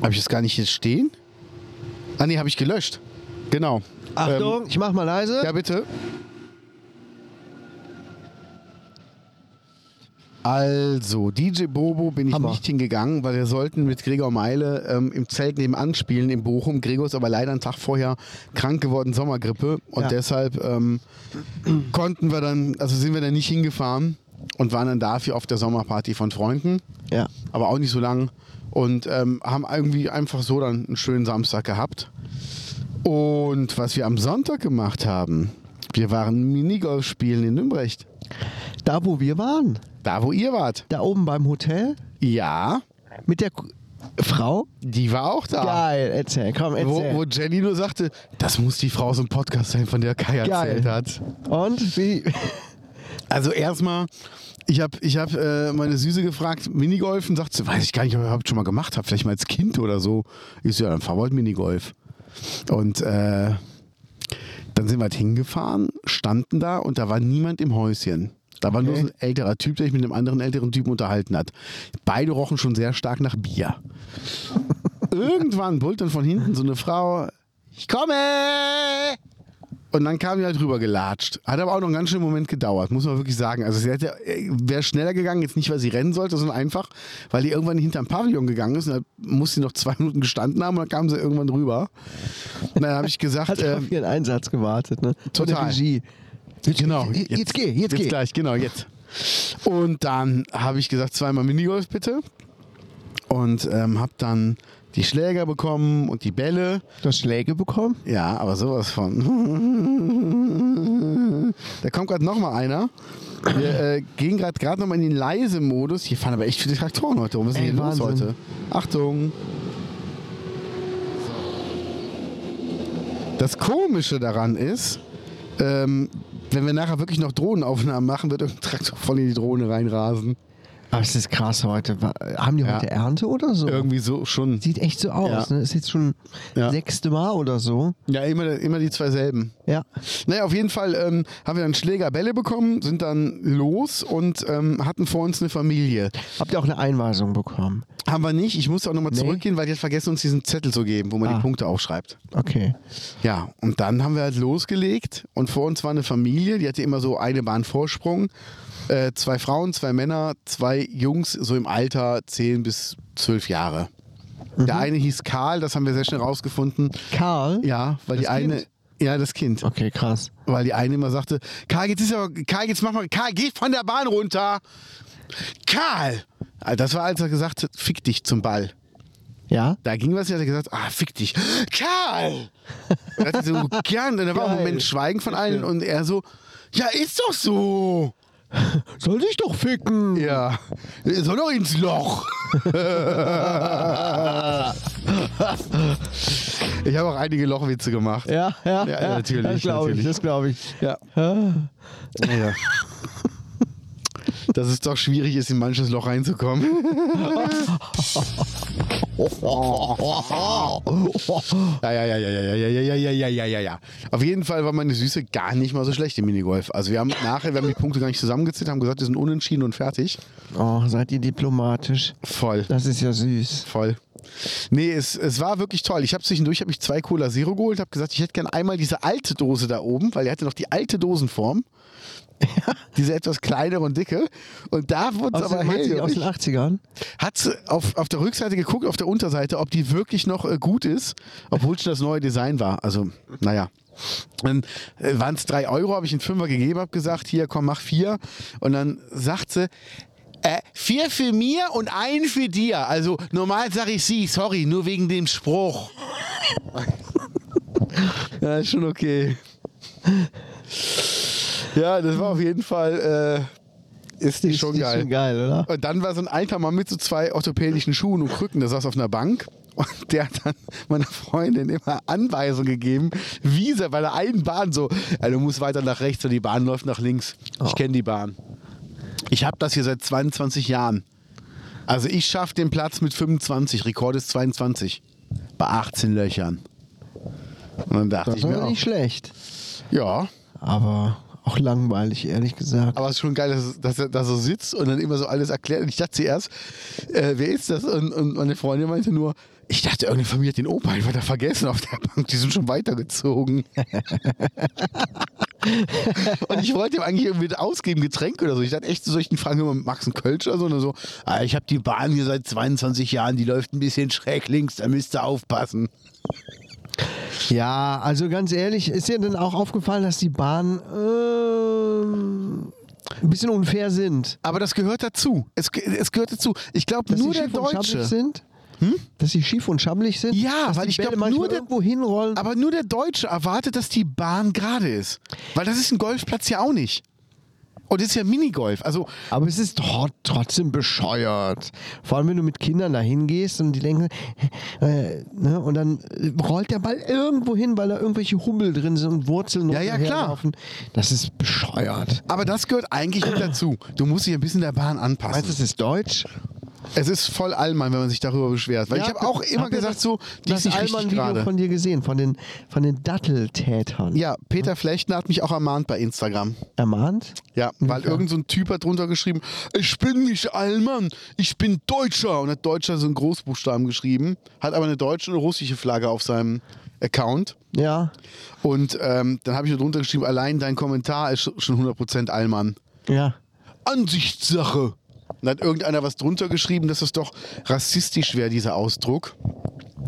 C: habe ich das gar nicht hier stehen? Ah, nee, habe ich gelöscht. Genau.
B: Achtung, ich mach mal leise.
C: Ähm, ja, bitte. Also, DJ Bobo bin ich
B: Hammer.
C: nicht hingegangen, weil wir sollten mit Gregor Meile ähm, im Zelt nebenan spielen in Bochum. Gregor ist aber leider einen Tag vorher krank geworden, Sommergrippe. Und
B: Ja.
C: deshalb ähm, konnten wir dann, also sind wir dann nicht hingefahren und waren dann dafür auf der Sommerparty von Freunden
B: Ja.
C: aber auch nicht so lang. Und ähm, haben irgendwie einfach so dann einen schönen Samstag gehabt. Und was wir am Sonntag gemacht haben, wir waren Minigolf spielen in Nümbrecht.
B: Da, wo wir waren,
C: Da, wo ihr wart.
B: da oben beim Hotel,
C: Ja,
B: mit der K Frau.
C: die war auch da.
B: Geil, erzähl, komm,
C: Ah. Wo,
B: erzähl.
C: wo Jenny nur sagte, das muss die Frau aus dem Podcast sein, von der Kai
B: Geil.
C: erzählt hat.
B: Und wie?
C: Also erstmal, ich habe ich hab, äh, meine Süße gefragt, Minigolfen, sagt sie, weiß ich gar nicht, ob ich überhaupt schon mal gemacht habe, vielleicht mal als Kind oder so. Ich so, ja, dann fahr halt Minigolf. Und äh, dann sind wir halt hingefahren, standen da und da war niemand im Häuschen. Da war nur so ein älterer Typ, der sich mit einem anderen älteren Typen unterhalten hat. Beide rochen schon sehr stark nach Bier. Irgendwann brüllt dann von hinten so eine Frau, ich komme! Und dann kam die halt rüber gelatscht. Hat aber auch noch einen ganz schönen Moment gedauert, muss man wirklich sagen. Also sie hätte, wäre schneller gegangen, jetzt nicht, weil sie rennen sollte, sondern einfach, weil die irgendwann hinterm Pavillon gegangen ist. Und dann muss sie noch zwei Minuten gestanden haben und dann kam sie irgendwann rüber. Und dann habe ich gesagt,
B: Hat
C: äh,
B: auf ihren Einsatz gewartet, ne? Von der
C: total.
B: Regie. Jetzt,
C: genau.
B: Jetzt, jetzt, geh, jetzt, geh.
C: gleich, genau, jetzt. Und dann habe ich gesagt, zweimal Minigolf bitte. Und ähm, habe dann die Schläger bekommen und die Bälle.
B: Du hast Schläge bekommen?
C: Ja, aber sowas von. Da kommt gerade noch mal einer. Wir äh, gehen gerade gerade noch mal in den leise Modus. Hier fahren aber echt viele Traktoren heute rum. Was ist
B: Ey,
C: denn hier
B: Wahnsinn.
C: los heute? Achtung! Das Komische daran ist, ähm, wenn wir nachher wirklich noch Drohnenaufnahmen machen, wird irgendein Traktor voll in die Drohne reinrasen.
B: Aber es ist krass heute. Wa- Haben die
C: Ja.
B: heute Ernte oder so?
C: Irgendwie so schon.
B: Sieht echt so aus,
C: Ja.
B: ne? Ist jetzt schon
C: Ja.
B: sechste Mal oder so.
C: Ja, immer, immer die zwei selben.
B: Ja.
C: Naja, auf jeden Fall ähm, haben wir dann Schlägerbälle bekommen, sind dann los und ähm, hatten vor uns eine Familie.
B: Habt ihr auch eine Einweisung bekommen?
C: Haben wir nicht. Ich musste auch nochmal
B: Nee.
C: zurückgehen, weil die hat vergessen, uns diesen Zettel zu geben, wo man
B: Ah.
C: die Punkte aufschreibt.
B: Okay.
C: Ja, und dann haben wir halt losgelegt und vor uns war eine Familie, die hatte immer so eine Bahn Vorsprung. Äh, zwei Frauen, zwei Männer, zwei Jungs, so im Alter 10 bis 12 Jahre.
B: Mhm.
C: Der eine hieß Karl, das haben wir sehr schnell rausgefunden.
B: Karl?
C: Ja, weil die
B: Das
C: eine.
B: Kind?
C: Ja, das Kind.
B: Okay, krass.
C: Weil die eine immer sagte, Karl, jetzt ist aber, Karl, jetzt mach mal, Karl, geh von der Bahn runter. Karl! Ah, Das war, als er gesagt hat, fick dich zum Ball.
B: Ja?
C: Da ging was, er hat gesagt, ah, fick dich. Karl! Da hat sie so, gern, und da war ein
B: Geil.
C: Moment Schweigen von allen und er so, ja, ist doch so.
B: Soll dich doch ficken!
C: Ja. Soll doch ins Loch. ich habe auch einige Lochwitze gemacht.
B: Ja, ja,
C: Ja, natürlich,
B: Das glaube ich,
C: natürlich.
B: das glaube ich.
C: Ja. Naja.
B: Ah.
C: Dass es doch schwierig ist, in manches Loch reinzukommen. Ja, ja, ja, ja, ja, ja, ja, ja, ja, ja, ja, ja, ja. Auf jeden Fall war meine Süße gar nicht mal so schlecht im Minigolf. Also wir haben nachher, wir haben die Punkte gar nicht zusammengezählt, haben gesagt, wir sind unentschieden und fertig.
B: Oh, seid ihr diplomatisch?
C: Voll.
B: Das ist ja süß.
C: Voll. Nee, es, es war wirklich toll. Ich habe zwischendurch hab ich zwei Cola Zero geholt, habe gesagt, ich hätte gern einmal diese alte Dose da oben, weil die hatte noch die alte Dosenform. diese etwas kleinere und dicke. Und da wurde es
B: Aus,
C: aber
B: den, 80,
C: hell.
B: aus den 80ern?
C: Hat sie auf, auf der Rückseite geguckt, auf der Unterseite, ob die wirklich noch äh, gut ist, obwohl schon das neue Design war. Also, naja. Dann äh, waren es drei Euro, habe ich einen Fünfer gegeben, habe gesagt, hier, komm, mach vier. Und dann sagt sie, äh, vier für mir und ein für dir. Also normal sage ich sie, sorry, nur wegen dem Spruch. ja, ist schon okay. Ja, das war auf jeden Fall, äh, ist die schon
B: ist
C: geil.
B: schon geil, oder?
C: Und dann war so ein alter Mann mit so zwei orthopädischen Schuhen und Krücken, der saß auf einer Bank Und der hat dann meiner Freundin immer Anweisungen gegeben, wie sie bei der einen Bahn so, ja, du musst weiter nach rechts und die Bahn läuft nach links.
B: Oh.
C: Ich kenne die Bahn. Ich habe das hier seit 22 Jahren. Also ich schaffe den Platz mit 25, Rekord ist 22. Bei 18 Löchern. Und dann dachte
B: Das
C: ich
B: war
C: mir
B: ja
C: auch,
B: nicht schlecht.
C: ja,
B: Aber auch langweilig, ehrlich gesagt.
C: Aber es ist schon geil, dass, es- dass er da so sitzt und dann immer so alles erklärt. Und ich dachte zuerst, äh, wer ist das? Und, und meine Freundin meinte nur, ich dachte, irgendeine Familie hat den Opa einfach da vergessen auf der Bank. Die sind schon weitergezogen. und ich wollte ihm eigentlich irgendwie ausgeben, Getränk oder so. Ich dachte echt, zu solchen Fragen immer, Max einen Kölsch oder so. Und er so, ah, ich habe die Bahn hier seit 22 Jahren, die läuft ein bisschen schräg links, da müsst ihr aufpassen.
B: Ja, also ganz ehrlich, ist dir denn auch aufgefallen, dass die Bahnen ähm, ein bisschen unfair sind?
C: Aber das gehört dazu. Es, ge- es gehört dazu. Ich glaube,
B: Dass
C: nur
B: sie
C: der
B: schief und schabbelig
C: Deutsche. Hm?
B: sind? Dass sie schief und schabbelig sind?
C: Ja,
B: dass
C: weil
B: die
C: ich glaub,
B: Bälle manchmal
C: nur der-
B: irgendwo hinrollen.
C: Aber nur der Deutsche erwartet, dass die Bahn gerade ist. Weil das ist ein Golfplatz ja auch nicht. Und das ist ja Minigolf. Also,
B: Aber es ist tro- trotzdem bescheuert. Vor allem, wenn du mit Kindern da hingehst und die denken, äh, ne, und dann äh, rollt der Ball irgendwo hin, weil da irgendwelche Hummel drin sind und Wurzeln
C: Ja, ja,
B: runterherlaufen. Das ist bescheuert.
C: aber das gehört eigentlich mit dazu. Du musst dich ein bisschen der Bahn anpassen.
B: Meinst du, es ist deutsch?
C: es ist voll Allmann, wenn man sich darüber beschwert. Weil ich habe auch immer
B: hab ja
C: gesagt,
B: das-
C: so, die
B: das
C: ist nicht richtig
B: Allmann-Video
C: gerade.
B: von dir gesehen, von den, von den Datteltätern.
C: Ja, Peter Flechtner hat mich auch ermahnt bei Instagram.
B: Ermahnt?
C: Ja, weil irgend so ein Typ hat drunter geschrieben, ich bin nicht Allmann, ich bin Deutscher. Und hat Deutscher so einen Großbuchstaben geschrieben, hat aber eine deutsche und eine russische Flagge auf seinem Account.
B: Ja.
C: Und ähm, dann habe ich nur drunter geschrieben, allein dein Kommentar ist sch- schon 100% Allmann.
B: Ja.
C: Ansichtssache. Dann hat irgendeiner was drunter geschrieben, dass es doch rassistisch wäre, dieser Ausdruck.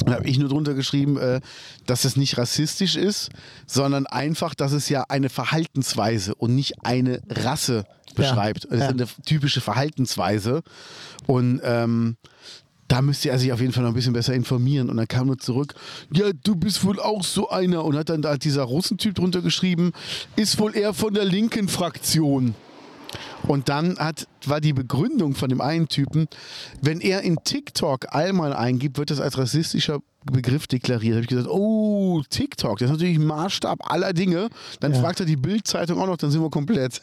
C: Dann habe ich nur drunter geschrieben, äh, dass es nicht rassistisch ist, sondern einfach, dass es ja eine Verhaltensweise und nicht eine Rasse beschreibt. Es
B: ja.
C: ist eine typische Verhaltensweise. Und ähm, da müsste er sich auf jeden Fall noch ein bisschen besser informieren. Und dann kam nur zurück, ja, du bist wohl auch so einer. Und hat dann da dieser Russentyp drunter geschrieben, ist wohl eher von der linken Fraktion. Und dann hat, war die Begründung von dem einen Typen, wenn er in TikTok Allmann eingibt, wird das als rassistischer Begriff deklariert. Da habe ich gesagt, oh, TikTok, das ist natürlich Maßstab aller Dinge. Dann fragt er die Bild-Zeitung auch noch, dann sind wir komplett.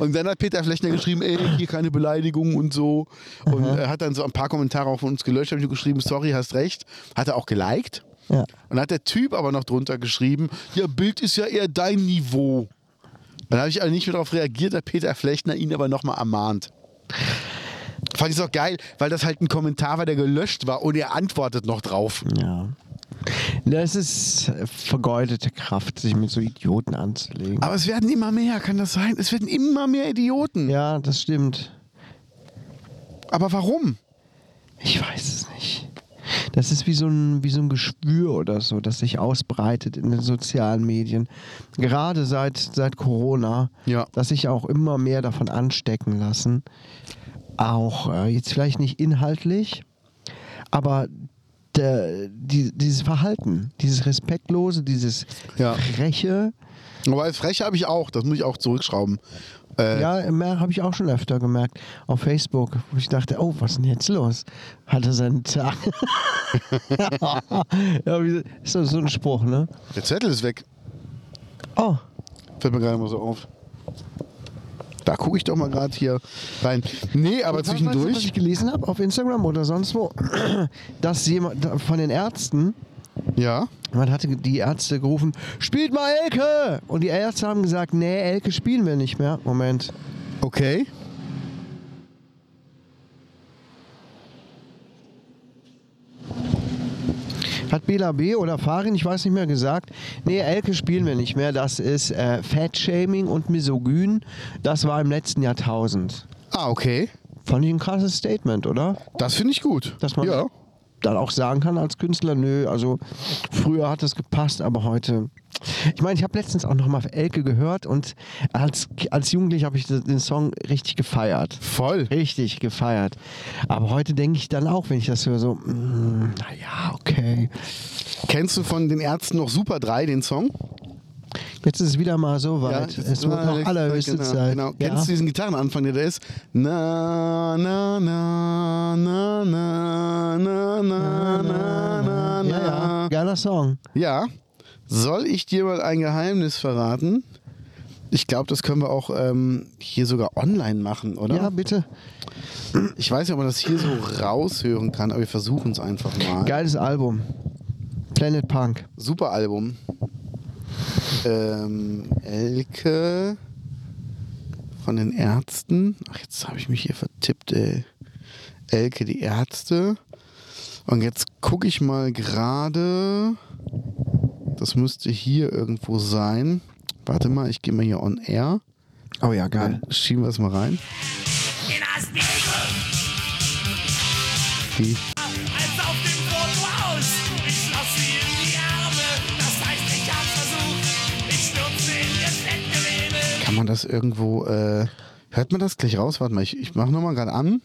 C: und dann hat Peter Flechner geschrieben, ey, hier keine Beleidigung und so. Und äh, hat dann so ein paar Kommentare auch von uns gelöscht, habe ich nur geschrieben, sorry, hast recht. Hat er auch geliked.
B: Ja.
C: Und dann hat der Typ aber noch drunter geschrieben, ja, Bild ist ja eher dein Niveau. Dann habe ich aber nicht mehr darauf reagiert, hat Peter Flechtner ihn aber nochmal ermahnt. Fand ich auch geil, weil das halt ein Kommentar war, der gelöscht war und er antwortet noch drauf.
B: Ja. Das ist äh, vergeudete Kraft, sich mit so Idioten anzulegen.
C: Aber es werden immer mehr, kann das sein? Es werden immer mehr Idioten.
B: ja, das stimmt.
C: Aber warum?
B: Ich weiß es nicht. Das ist wie so, ein, wie so ein Geschwür oder so, das sich ausbreitet in den sozialen Medien. Gerade seit, seit Corona,
C: Ja.
B: dass sich auch immer mehr davon anstecken lassen. Auch äh, jetzt vielleicht nicht inhaltlich, aber der, die, dieses Verhalten, dieses Respektlose, dieses
C: Ja.
B: Freche,
C: Aber als Freche habe ich auch, das muss ich auch zurückschrauben. Äh,
B: ja, habe ich auch schon öfter gemerkt auf Facebook, wo ich dachte, oh, was ist denn jetzt los? Hat er seinen Tag. ja, wie, ist doch so ein Spruch, ne?
C: Der Zettel ist weg.
B: Oh,
C: Fällt mir gerade mal so auf. Da gucke ich doch mal gerade hier rein. Nee, aber
B: weißt du, was
C: zwischendurch.
B: ich gelesen habe auf Instagram oder sonst wo, dass jemand da- von den Ärzten,
C: Ja.
B: man hatte die Ärzte gerufen, spielt mal Elke! Und die Ärzte haben gesagt, nee, Elke spielen wir nicht mehr. Moment.
C: Okay.
B: Hat Bela B. oder Farin, ich weiß nicht mehr, gesagt, nee, Elke spielen wir nicht mehr, das ist äh, Fat-Shaming und Misogyn, das war im letzten Jahrtausend.
C: Ah, okay.
B: Fand ich ein krasses Statement, oder?
C: Das finde ich gut.
B: Dass man
C: ja.
B: dann auch sagen kann als Künstler, nö, also früher hat das gepasst, aber heute... Ich meine, ich habe letztens auch nochmal Elke gehört und als, als Jugendlicher habe ich den Song richtig gefeiert.
C: Voll.
B: Richtig gefeiert. Aber heute denke ich dann auch, wenn ich das höre, so, mm, naja, okay.
C: Kennst du von den Ärzten noch Super 3 den Song?
B: Jetzt ist es wieder mal so weit.
C: das
B: es
C: ist
B: wird
C: immer
B: noch
C: richtig-
B: allerhöchste
C: genau,
B: Zeit.
C: Genau.
B: Ja.
C: Kennst du diesen Gitarrenanfang, der da ist? Na, na, na, na, na, na, na, na, na,
B: ja, ja.
C: na.
B: Geiler Song.
C: Ja. Soll ich dir mal ein Geheimnis verraten? Ich glaube, das können wir auch ähm, hier sogar online machen, oder?
B: Ja, bitte.
C: Ich weiß nicht, ob man das hier so raushören kann, aber wir versuchen es einfach mal.
B: Geiles Album. Planet Punk.
C: Super Album. Ähm, Elke von den Ärzten. Ach, jetzt habe ich mich hier vertippt, ey. Elke die Ärzte. Und jetzt gucke ich mal gerade. Das müsste hier irgendwo sein. Warte mal, ich gehe mal hier on air.
B: Oh ja, geil.
C: Dann schieben wir es mal rein.
E: in das
C: Die
E: Spiegel, als auf dem Foto aus. Ich schloss sie in die Arme, das heißt, ich hab versucht. Ich stürzte in ihr Fettgewebe.
C: kann man das irgendwo. Äh, hört man das gleich raus? Warte mal, ich, ich mache nochmal gerade an.
E: In eine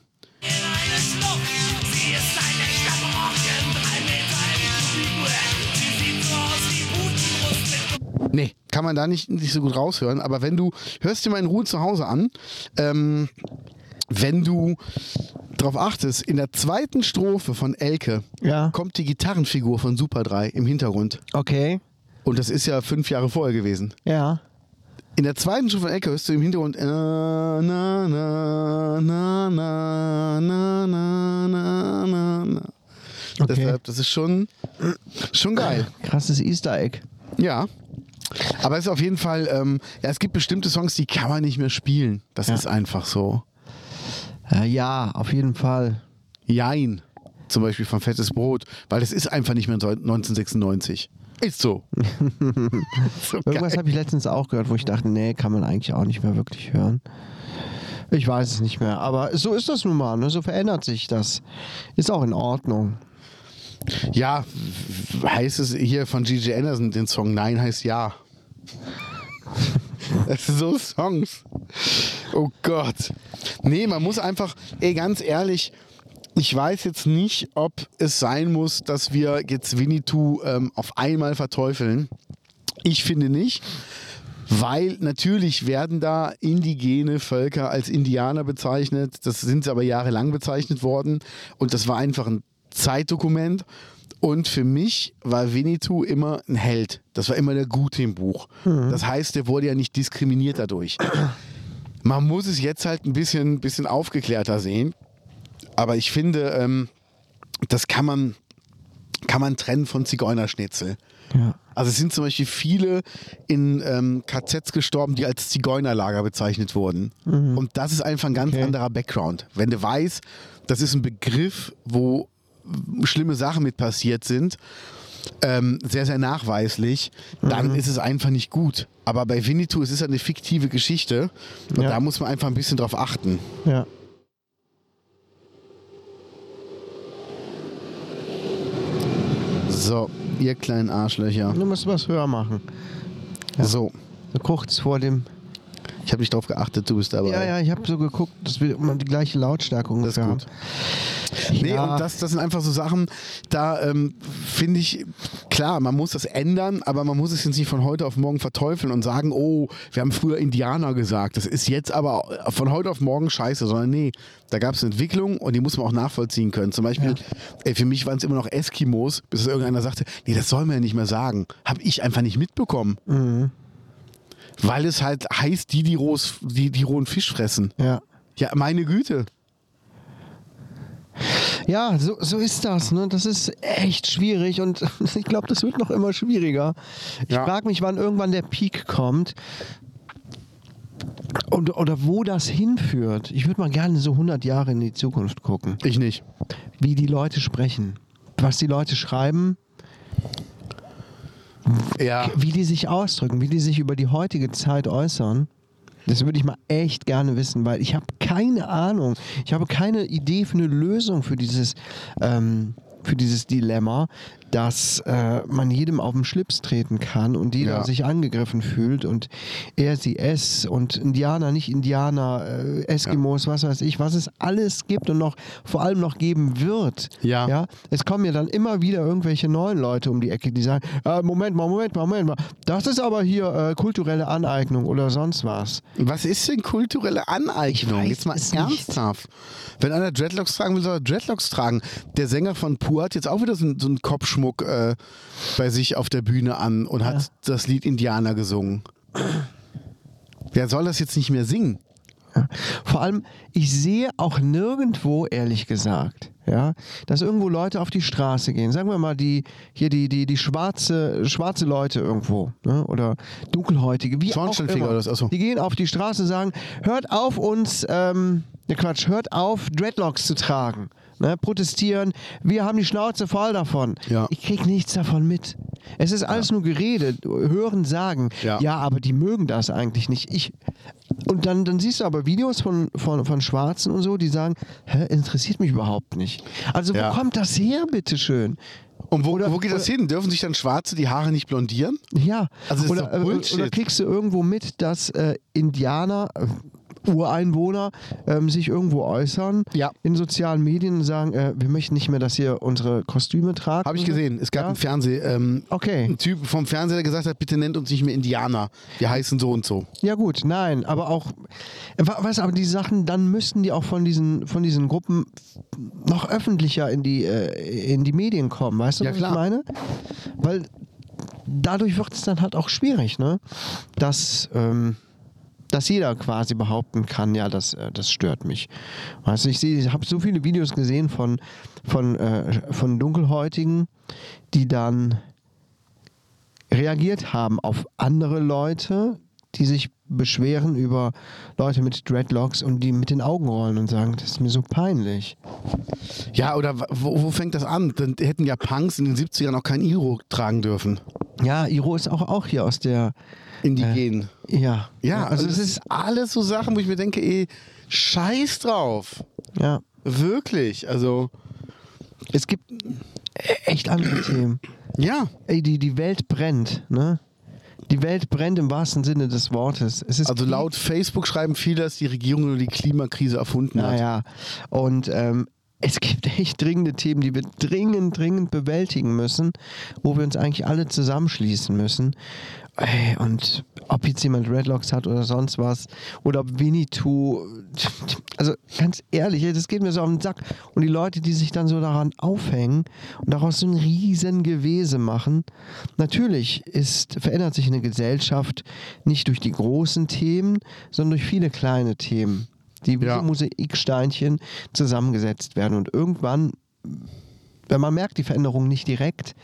E: Schlucht, sie ist ein echter Brocken, drei Meter in Figur. Sie sieht so aus wie Hutenbrust mit
C: Nee, kann man da nicht, nicht so gut raushören. Aber wenn du, hörst dir mal in Ruhe zu Hause an, ähm, wenn du drauf achtest, in der zweiten Strophe von Elke
B: Ja.
C: kommt die Gitarrenfigur von Super 3 im Hintergrund.
B: Okay.
C: Und das ist ja fünf Jahre vorher gewesen.
B: Ja.
C: In der zweiten Strophe von Elke hörst du im Hintergrund äh, na, na, na, na, na, na, na, na, na.
B: Okay.
C: Deshalb, das ist schon, schon geil.
B: Krasses Easter Egg.
C: Ja. Aber es ist auf jeden Fall, ähm, ja, es gibt bestimmte Songs, die kann man nicht mehr spielen. Das
B: Ja.
C: ist einfach so.
B: Äh, ja, auf jeden Fall.
C: Jein. Zum Beispiel von Fettes Brot, weil das ist einfach nicht mehr 1996. Ist so. so
B: Irgendwas habe ich letztens auch gehört, wo ich dachte, nee, kann man eigentlich auch nicht mehr wirklich hören. Ich weiß es nicht mehr, aber so ist das nun mal, ne? so verändert sich das. Ist auch in Ordnung.
C: Ja, w- w- heißt es hier von Gigi Anderson, den Song Nein heißt Ja. Das sind so Songs. Oh Gott. Nee, man muss einfach, ey, ganz ehrlich, ich weiß jetzt nicht, ob es sein muss, dass wir jetzt Winnetou ähm, auf einmal verteufeln. Ich finde nicht. Weil natürlich werden da indigene Völker als Indianer bezeichnet. Das sind sie aber jahrelang bezeichnet worden. Und das war einfach ein Zeitdokument. Und für mich war Winnetou immer ein Held. Das war immer der Gute im Buch. Das heißt, der wurde ja nicht diskriminiert dadurch. Man muss es jetzt halt ein bisschen, bisschen aufgeklärter sehen. Aber ich finde, ähm, das kann man, kann man trennen von Zigeunerschnitzel.
B: Ja.
C: Also es sind zum Beispiel viele in ähm, KZs gestorben, die als Zigeunerlager bezeichnet wurden. Und das ist einfach ein ganz
B: Mhm. Okay.
C: anderer Background. Wenn du weißt, das ist ein Begriff, wo äh, schlimme Sachen mit passiert sind, ähm, sehr, sehr nachweislich, dann
B: Mhm.
C: ist es einfach nicht gut. Aber bei Winnetou, es ist ja eine fiktive Geschichte und
B: Ja.
C: da muss man einfach ein bisschen drauf achten.
B: ja.
C: So, ihr kleinen Arschlöcher.
B: Du musst was höher machen.
C: So,
B: So kurz vor dem.
C: ich habe nicht drauf geachtet, du bist dabei.
B: Ja, ja, ich habe so geguckt, dass wir immer die gleiche Lautstärke
C: Das
B: ungefähr
C: ist
B: haben.
C: gut. Nee,
B: Ja.
C: und das, das sind einfach so Sachen, da ähm, finde ich, klar, man muss das ändern, aber man muss es jetzt nicht von heute auf morgen verteufeln und sagen, oh, wir haben früher Indianer gesagt, das ist jetzt aber von heute auf morgen scheiße, sondern nee, da gab es eine Entwicklung und die muss man auch nachvollziehen können. Zum Beispiel, ey, für mich waren es immer noch Eskimos, bis es irgendeiner sagte, nee, das soll man ja nicht mehr sagen. Habe ich einfach nicht mitbekommen.
B: Mhm.
C: Weil es halt heißt, die, die, rohes, die, die rohen Fisch fressen.
B: Ja.
C: Ja, meine Güte.
B: Ja, so, so ist das. Ne? Das ist echt schwierig und ich glaube, das wird noch immer schwieriger. Ich
C: Ja.
B: frage mich, wann irgendwann der Peak kommt und, oder wo das hinführt. Ich würde mal gerne so 100 Jahre in die Zukunft gucken,
C: Ich nicht.
B: wie die Leute sprechen, was die Leute schreiben,
C: Ja.
B: wie die sich ausdrücken, wie die sich über die heutige Zeit äußern. Das würde ich mal echt gerne wissen, weil ich habe keine Ahnung. Ich habe keine Idee für eine Lösung für dieses, ähm, für dieses Dilemma. dass äh, man jedem auf den Schlips treten kann und jeder
C: Ja.
B: sich angegriffen fühlt und er, sie, es und Indianer, nicht Indianer, äh, Eskimos, was weiß ich, was es alles gibt und noch vor allem noch geben wird.
C: Ja.
B: ja? Es kommen ja dann immer wieder irgendwelche neuen Leute um die Ecke, die sagen, äh, Moment mal, Moment mal, Moment mal, das ist aber hier äh, kulturelle Aneignung oder sonst was.
C: Was ist denn kulturelle Aneignung?
B: Ich weiß
C: jetzt mal
B: es nicht.
C: ernsthaft. Wenn einer Dreadlocks tragen will, soll er Dreadlocks tragen. Der Sänger von Pur hat jetzt auch wieder so, einen- so einen Kopfschmuck äh, bei sich auf der Bühne an und hat das Lied Indianer gesungen. Wer soll das jetzt nicht mehr singen?
B: Vor allem, ich sehe auch nirgendwo, ehrlich gesagt, ja, dass irgendwo Leute auf die Straße gehen. Sagen wir mal, die, hier die, die, die schwarze, schwarze Leute irgendwo, ne? oder Dunkelhäutige, wie auch
C: Schornsteinfeger
B: immer.
C: oder so, ach so.
B: Die gehen auf die Straße und sagen, hört auf uns, ähm, ne Quatsch, hört auf, Dreadlocks zu tragen. Ne, protestieren, wir haben die Schnauze voll davon.
C: Ja.
B: Ich krieg nichts davon mit. Es ist alles nur Gerede, Hören, Sagen.
C: Ja.
B: ja, aber die mögen das eigentlich nicht. Ich, und dann, dann siehst du aber Videos von, von, von Schwarzen und so, die sagen, Hä, interessiert mich überhaupt nicht. Also
C: Ja.
B: wo kommt das her, bitteschön?
C: Und wo,
B: Oder-
C: wo geht das hin? Dürfen sich dann Schwarze die Haare nicht blondieren?
B: Ja,
C: Also ist
B: oder,
C: doch
B: äh,
C: Bullshit.
B: oder kriegst du irgendwo mit, dass äh, Indianer, äh, Ureinwohner ähm, sich irgendwo äußern
C: Ja.
B: in sozialen Medien und sagen, äh, wir möchten nicht mehr, dass ihr unsere Kostüme tragt.
C: Habe ich
B: und so?
C: gesehen. Es gab
B: Mhm. Ja.
C: einen Fernseh, ähm,
B: Okay.
C: einen Typen vom Fernseher, der gesagt hat, bitte nennt uns nicht mehr Indianer. Wir heißen so und so.
B: Ja gut, nein, aber auch, we- weißt du, aber die Sachen, dann müssten die auch von diesen, von diesen Gruppen noch öffentlicher in die, äh, in die Medien kommen, weißt du,
C: Ja,
B: was
C: klar.
B: ich meine? Weil dadurch wird es dann halt auch schwierig, ne? Dass, ähm, dass jeder quasi behaupten kann, ja, das, äh, das stört mich. Weißt du, ich, sehe- ich habe so viele Videos gesehen von, von, äh, von Dunkelhäutigen, die dann reagiert haben auf andere Leute, die sich beschweren über Leute mit Dreadlocks und die mit den Augen rollen und sagen, das ist mir so peinlich.
C: Ja, oder wa- wo, wo fängt das an? Dann hätten ja Punks in den 70ern auch kein Iro tragen dürfen.
B: Ja, Iro ist auch, auch hier aus der,
C: Indigenen.
B: ja.
C: Ja,
B: also es ist,
C: ist alles so Sachen, wo ich mir denke, ey, scheiß drauf.
B: ja,
C: Wirklich. Also,
B: es gibt echt andere Themen.
C: ja.
B: Ey, die, die Welt brennt, ne? Die Welt brennt im wahrsten Sinne des Wortes. Es ist
C: Also laut Facebook schreiben viele, dass die Regierung nur die Klimakrise erfunden hat.
B: Naja, und ähm, es gibt echt dringende Themen, die wir dringend, dringend bewältigen müssen, wo wir uns eigentlich alle zusammenschließen müssen. Ey, und ob jetzt jemand Redlocks hat oder sonst was, oder ob Winnetou, also ganz ehrlich, das geht mir so auf den Sack. Und die Leute, die sich dann so daran aufhängen und daraus so ein riesen Gewese machen, natürlich ist, verändert sich eine Gesellschaft nicht durch die großen Themen, sondern durch viele kleine Themen. Die wie
C: Ja.
B: so Mosaiksteinchen zusammengesetzt werden. Und irgendwann, wenn man merkt, die Veränderung nicht direkt,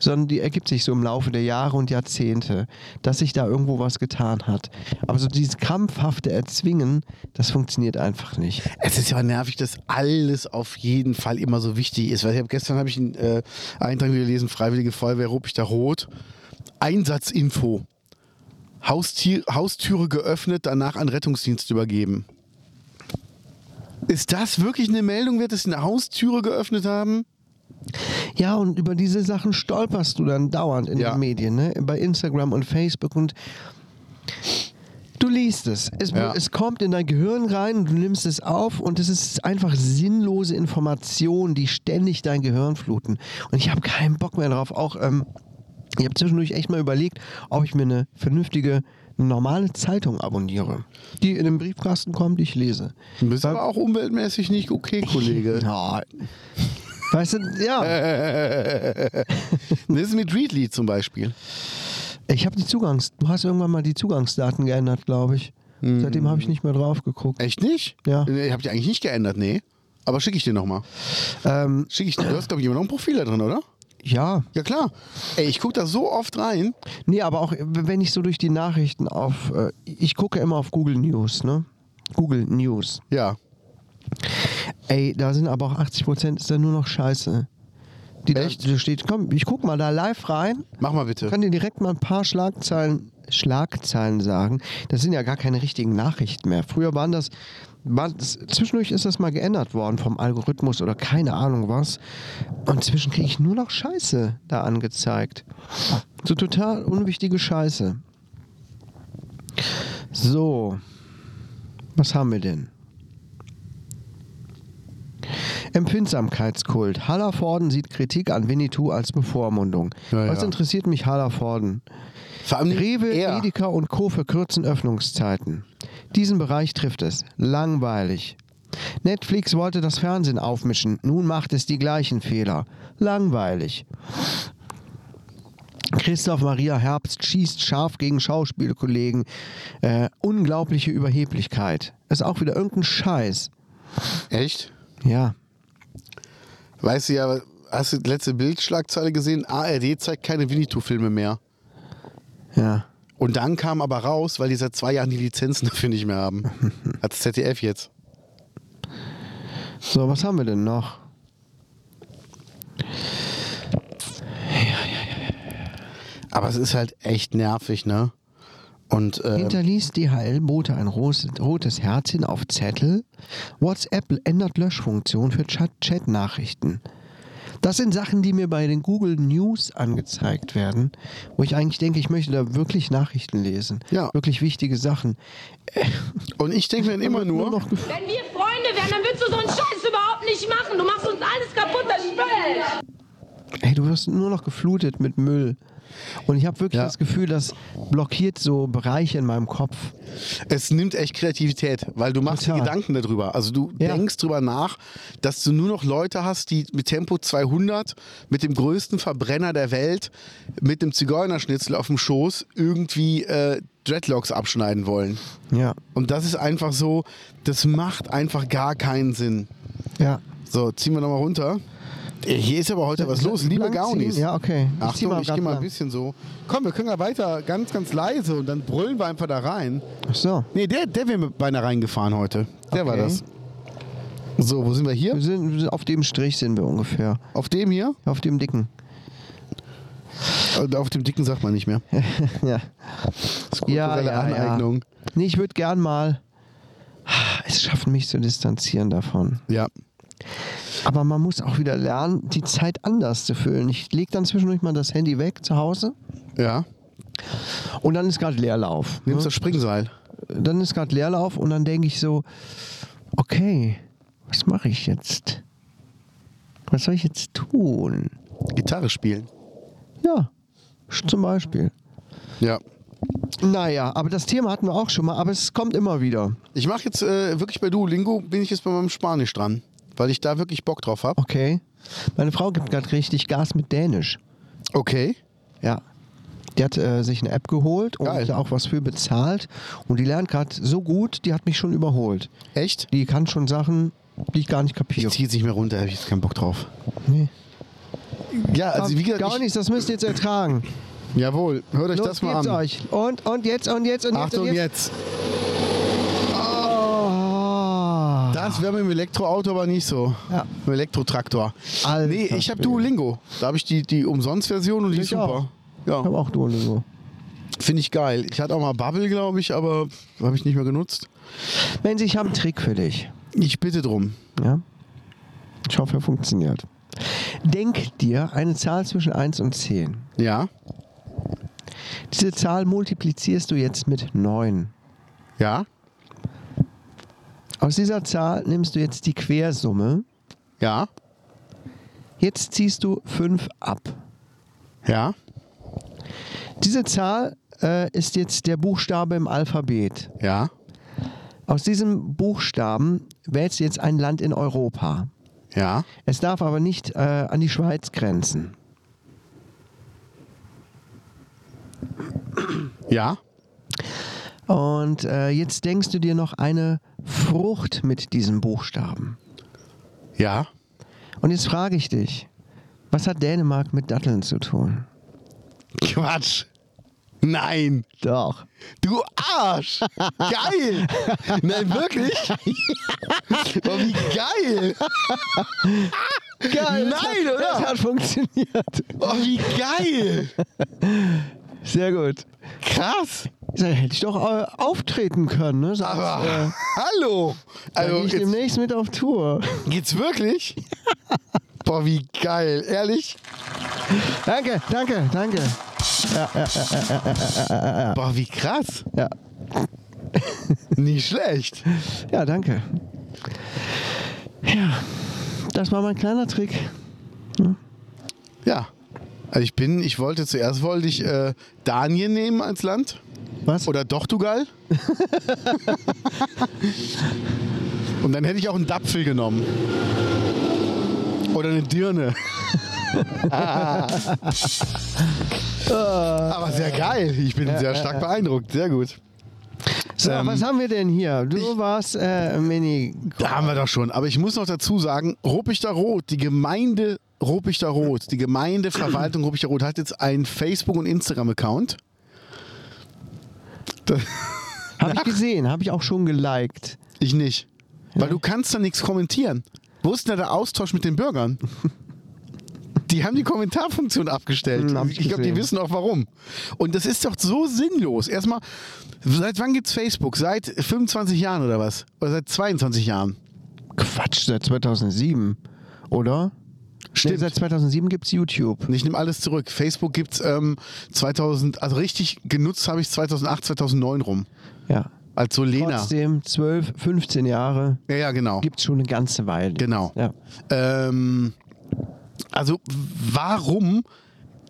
B: sondern die ergibt sich so im Laufe der Jahre und Jahrzehnte, dass sich da irgendwo was getan hat. Aber so dieses krampfhafte Erzwingen, das funktioniert einfach nicht.
C: Es ist ja nervig, dass alles auf jeden Fall immer so wichtig ist. Weil ich hab, gestern habe ich einen äh, Eintrag wieder gelesen, Freiwillige Feuerwehr Ruppichter Rot. Einsatzinfo. Haustier, Haustüre geöffnet, danach an Rettungsdienst übergeben. Ist das wirklich eine Meldung wert, dass sie eine Haustüre geöffnet haben?
B: Ja, und über diese Sachen stolperst du dann dauernd in
C: Ja.
B: den Medien, ne? bei Instagram und Facebook und du liest es. Es,
C: Ja.
B: es kommt in dein Gehirn rein, du nimmst es auf und es ist einfach sinnlose Informationen, die ständig dein Gehirn fluten. Und ich habe keinen Bock mehr drauf. Auch ähm, ich habe zwischendurch echt mal überlegt, ob ich mir eine vernünftige normale Zeitung abonniere, die in den Briefkasten kommt, die ich lese.
C: Du bist aber auch umweltmäßig nicht okay, Kollege.
B: Ja. Weißt du, ja,
C: Das ist mit Readly zum Beispiel.
B: ich habe die Zugangs... Du hast irgendwann mal die Zugangsdaten geändert, glaube ich. Seitdem habe ich nicht mehr drauf geguckt.
C: Echt nicht?
B: Ja.
C: Nee, Hab ich eigentlich nicht geändert, nee. Aber schicke ich dir nochmal.
B: Ähm,
C: Schicke ich dir. Du hast, glaube ich, immer noch ein Profil da drin, oder?
B: ja,
C: Ja, klar. Ey, ich gucke da so oft rein.
B: Nee, aber auch wenn ich so durch die Nachrichten auf. Äh, ich gucke immer auf Google News, ne? Google News.
C: Ja.
B: Ey, da sind aber auch 80 Prozent ist da nur noch Scheiße. Die da-
C: Echt?
B: Da steht, komm, ich guck mal da live rein.
C: Mach mal bitte.
B: Kann dir direkt mal ein paar Schlagzeilen, Schlagzeilen sagen. Das sind ja gar keine richtigen Nachrichten mehr. Früher waren das War, das, zwischendurch ist das mal geändert worden vom Algorithmus oder keine Ahnung was. Und zwischen kriege ich nur noch Scheiße da angezeigt. So total unwichtige Scheiße. So. Was haben wir denn? Empfindsamkeitskult. Hallervorden sieht Kritik an Winnetou als Bevormundung.
C: Ja,
B: was
C: ja.
B: interessiert mich Hallervorden?
C: Vor allem
B: Rewe,
C: er.
B: Edeka und Co. verkürzen Öffnungszeiten. Diesen Bereich trifft es. Langweilig. Netflix wollte das Fernsehen aufmischen. Nun macht es die gleichen Fehler. Langweilig. Christoph Maria Herbst schießt scharf gegen Schauspielkollegen. Äh, unglaubliche Überheblichkeit. Ist auch wieder irgendein Scheiß.
C: Echt?
B: Ja.
C: Weißt du ja, hast du die letzte Bildschlagzeile gesehen? ARD zeigt keine Winnetou-Filme mehr.
B: Ja.
C: Und dann kam aber raus, weil die seit zwei Jahren die Lizenzen dafür nicht mehr haben. Hat das ZDF jetzt.
B: So, was haben wir denn noch?
C: Aber es ist halt echt nervig, ne? Und ähm,
B: Hinterließ DHL-Bote ein ros- rotes Herzchen auf Zettel. WhatsApp ändert Löschfunktion für Chat- Chat-Nachrichten. Das sind Sachen, die mir bei den Google News angezeigt werden, wo ich eigentlich denke, ich möchte da wirklich Nachrichten lesen.
C: Ja.
B: Wirklich wichtige Sachen.
C: und ich denke mir dann immer nur,
B: noch gef-
F: Wenn wir Freunde wären, dann würdest du so einen Scheiß überhaupt nicht machen. Du machst uns alles kaputt, das Spiel.
B: Ey, du wirst nur noch geflutet mit Müll. Und ich habe wirklich
C: Ja.
B: das Gefühl, das blockiert so Bereiche in meinem Kopf.
C: es nimmt echt Kreativität, weil du machst dir
B: Total.
C: Gedanken darüber. Also du
B: Ja.
C: denkst drüber nach, dass du nur noch Leute hast, die mit Tempo 200, mit dem größten Verbrenner der Welt, mit dem Zigeunerschnitzel auf dem Schoß irgendwie äh, Dreadlocks abschneiden wollen.
B: Ja.
C: Und das ist einfach so, das macht einfach gar keinen Sinn.
B: Ja.
C: So, ziehen wir nochmal runter. Äh, Hier ist aber heute was los, liebe
B: Lang ziehen?
C: Gaunis.
B: Ja, okay. Ich zieh
C: Achtung,
B: mal
C: ich
B: grad
C: gehe mal ein
B: lang.
C: bisschen so. Komm, wir können ja weiter ganz, ganz leise und dann brüllen wir einfach da rein.
B: Ach so.
C: Nee, der, der wäre mir beinahe reingefahren heute. Der war
B: Okay.
C: das. So, wo sind wir
B: Wir
C: hier?
B: sind, wir sind auf dem Strich sind wir ungefähr.
C: Auf dem hier?
B: Auf dem dicken.
C: Äh, Auf dem dicken sagt man nicht mehr.
B: ja.
C: Das ist kulturelle Aneignung.
B: Ja. Nee, ich würde gern mal es schaffen, mich zu distanzieren davon.
C: Ja.
B: Aber man muss auch wieder lernen, die Zeit anders zu füllen. Ich lege dann zwischendurch mal das Handy weg zu Hause
C: ja. Hm?
B: und dann ist gerade Leerlauf. ne?
C: Nimmst das Springseil.
B: Dann ist gerade Leerlauf und dann denke ich so, okay, was mache ich jetzt? Was soll ich jetzt tun?
C: Gitarre spielen.
B: Ja, sch- zum Beispiel.
C: Ja.
B: Naja, aber das Thema hatten wir auch schon mal, aber es kommt immer wieder.
C: Ich mache jetzt äh, wirklich bei Duolingo, bin ich jetzt bei meinem Spanisch dran. Weil ich da wirklich Bock drauf habe.
B: Okay. Meine Frau gibt gerade richtig Gas mit Dänisch.
C: Okay.
B: Ja. Die hat äh, sich eine App geholt und
C: Geil.
B: da auch was für bezahlt. Und die lernt gerade so gut, die hat mich schon überholt.
C: Echt?
B: Die kann schon Sachen, die ich gar nicht
C: Ich
B: kapiere.
C: ziehe es nicht mehr runter, habe ich jetzt keinen Bock drauf.
B: Nee.
C: Ja, also wie gesagt,
B: gar
C: ich,
B: nichts, das müsst ihr jetzt ertragen.
C: jawohl, hört euch
B: Los,
C: das mal
B: geht's
C: an.
B: euch. Und, und jetzt, und jetzt, und
C: Achtung
B: jetzt.
C: jetzt.
B: Oh.
C: Das wäre mit dem Elektroauto aber nicht so.
B: Ja.
C: Mit dem Elektrotraktor.
B: Alter
C: nee, ich habe
B: Schwede.
C: Duolingo. Da habe ich die, die Umsonst-Version und die
B: Ich
C: ist super.
B: Ich habe
C: Ja,
B: auch Duolingo.
C: finde ich geil. Ich hatte auch mal Bubble, glaube ich, aber habe ich nicht mehr genutzt.
B: Mensch, ich habe einen Trick für dich.
C: Ich bitte drum.
B: Ja. Ich hoffe, er funktioniert. Denk dir eine Zahl zwischen 1 und 10.
C: Ja,
B: Diese Zahl multiplizierst du jetzt mit 9.
C: ja,
B: Aus dieser Zahl nimmst du jetzt die Quersumme.
C: ja,
B: Jetzt ziehst du 5 ab.
C: ja,
B: Diese Zahl äh, ist jetzt der Buchstabe im Alphabet.
C: ja,
B: Aus diesem Buchstaben wählst du jetzt ein Land in Europa.
C: ja.
B: Es darf aber nicht äh, an die Schweiz grenzen.
C: Ja,
B: Und äh, jetzt denkst du dir noch eine Frucht mit diesem Buchstaben.
C: ja.
B: Und jetzt frage ich dich, was hat Dänemark mit Datteln zu tun?
C: Quatsch. Nein.
B: Doch.
C: Du Arsch! Geil! Nein, wirklich? Oh, wie geil!
B: Geil,
C: Nein,
B: das hat,
C: oder?
B: Das hat funktioniert.
C: Oh, wie geil!
B: Sehr gut.
C: Krass!
B: Da hätte ich doch äh, auftreten können, ne? Sagst,
C: Aber
B: äh,
C: hallo!
B: da geh
C: Also,
B: ich
C: jetzt,
B: demnächst mit auf Tour.
C: geht's wirklich? Boah, wie geil. Ehrlich?
B: danke, danke, danke.
C: Boah, wie krass.
B: Ja,
C: Nicht schlecht.
B: ja danke. Ja, das war mein kleiner Trick.
C: Ja. Also ich bin, ich wollte zuerst wollte ich äh, Danien nehmen als Land.
B: Was?
C: Oder Portugal. Und dann hätte ich auch einen Dapfel genommen. Oder eine Dirne. Aber sehr geil. Ich bin sehr stark beeindruckt. Sehr gut.
B: so,
C: ähm,
B: was haben wir denn hier? Du warst äh, Mini.
C: Da haben wir doch schon. Aber ich muss noch dazu sagen, Rupichter Rot, die Gemeinde Rupichter Rot, die Gemeindeverwaltung Rupichter Rot hat jetzt einen Facebook- und Instagram-Account. Das-
B: Habe ich gesehen, habe ich auch schon geliked.
C: Ich nicht. Weil du kannst da nichts kommentieren. Wo ist denn da der Austausch mit den Bürgern? Die haben die Kommentarfunktion abgestellt.
B: Hm, hab ich
C: ich glaube, die
B: gesehen.
C: wissen auch warum. Und das ist doch so sinnlos. Erstmal, seit wann gibt's Facebook? Seit 25 Jahren oder was? Oder seit 22 Jahren?
B: Quatsch, seit 2007, oder? Nee,
C: Stimmt.
B: seit 2007 gibt es YouTube.
C: Und ich nehme alles zurück. Facebook gibt's ähm, 2000, also richtig genutzt habe ich 2008, 2009 rum.
B: Ja.
C: Als so Lena.
B: Trotzdem, 12, 15 Jahre
C: Ja, ja, genau.
B: gibt es schon eine ganze Weile.
C: Genau.
B: Ja.
C: Ähm, also warum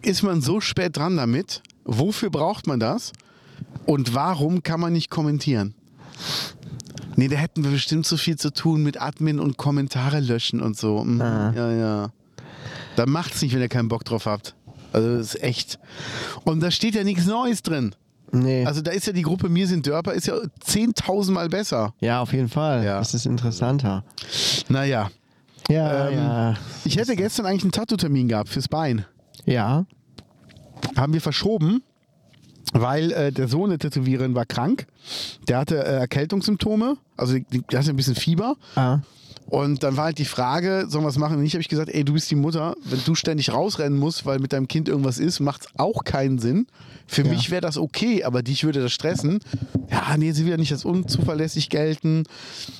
C: ist man so spät dran damit? Wofür braucht man das? Und warum kann man nicht kommentieren? Nee, da hätten wir bestimmt so viel zu tun mit Admin und Kommentare löschen und so. Mhm.
B: Ah.
C: Ja, ja. Dann macht's nicht, wenn ihr keinen Bock drauf habt. Also das ist echt. Und da steht ja nichts Neues drin.
B: Nee.
C: Also da ist ja die Gruppe Mir sind Dörper, ist ja 10.000 Mal besser.
B: ja, auf jeden Fall.
C: Ja.
B: Das ist interessanter.
C: Naja.
B: Ja,
C: Ähm,
B: ja.
C: Ich hätte gestern eigentlich einen Tattoo-Termin gehabt fürs Bein.
B: Ja.
C: haben wir verschoben, weil äh, der Sohn der Tätowiererin war krank. Der hatte äh, Erkältungssymptome, also die- der hatte ein bisschen Fieber.
B: Ah.
C: Und dann war halt die Frage, sollen wir es machen? Und ich habe ich gesagt, ey, du bist die Mutter, wenn du ständig rausrennen musst, weil mit deinem Kind irgendwas ist, macht es auch keinen Sinn. Für mich wäre das okay, aber dich würde das stressen. Ja, nee, sie will ja nicht als unzuverlässig gelten.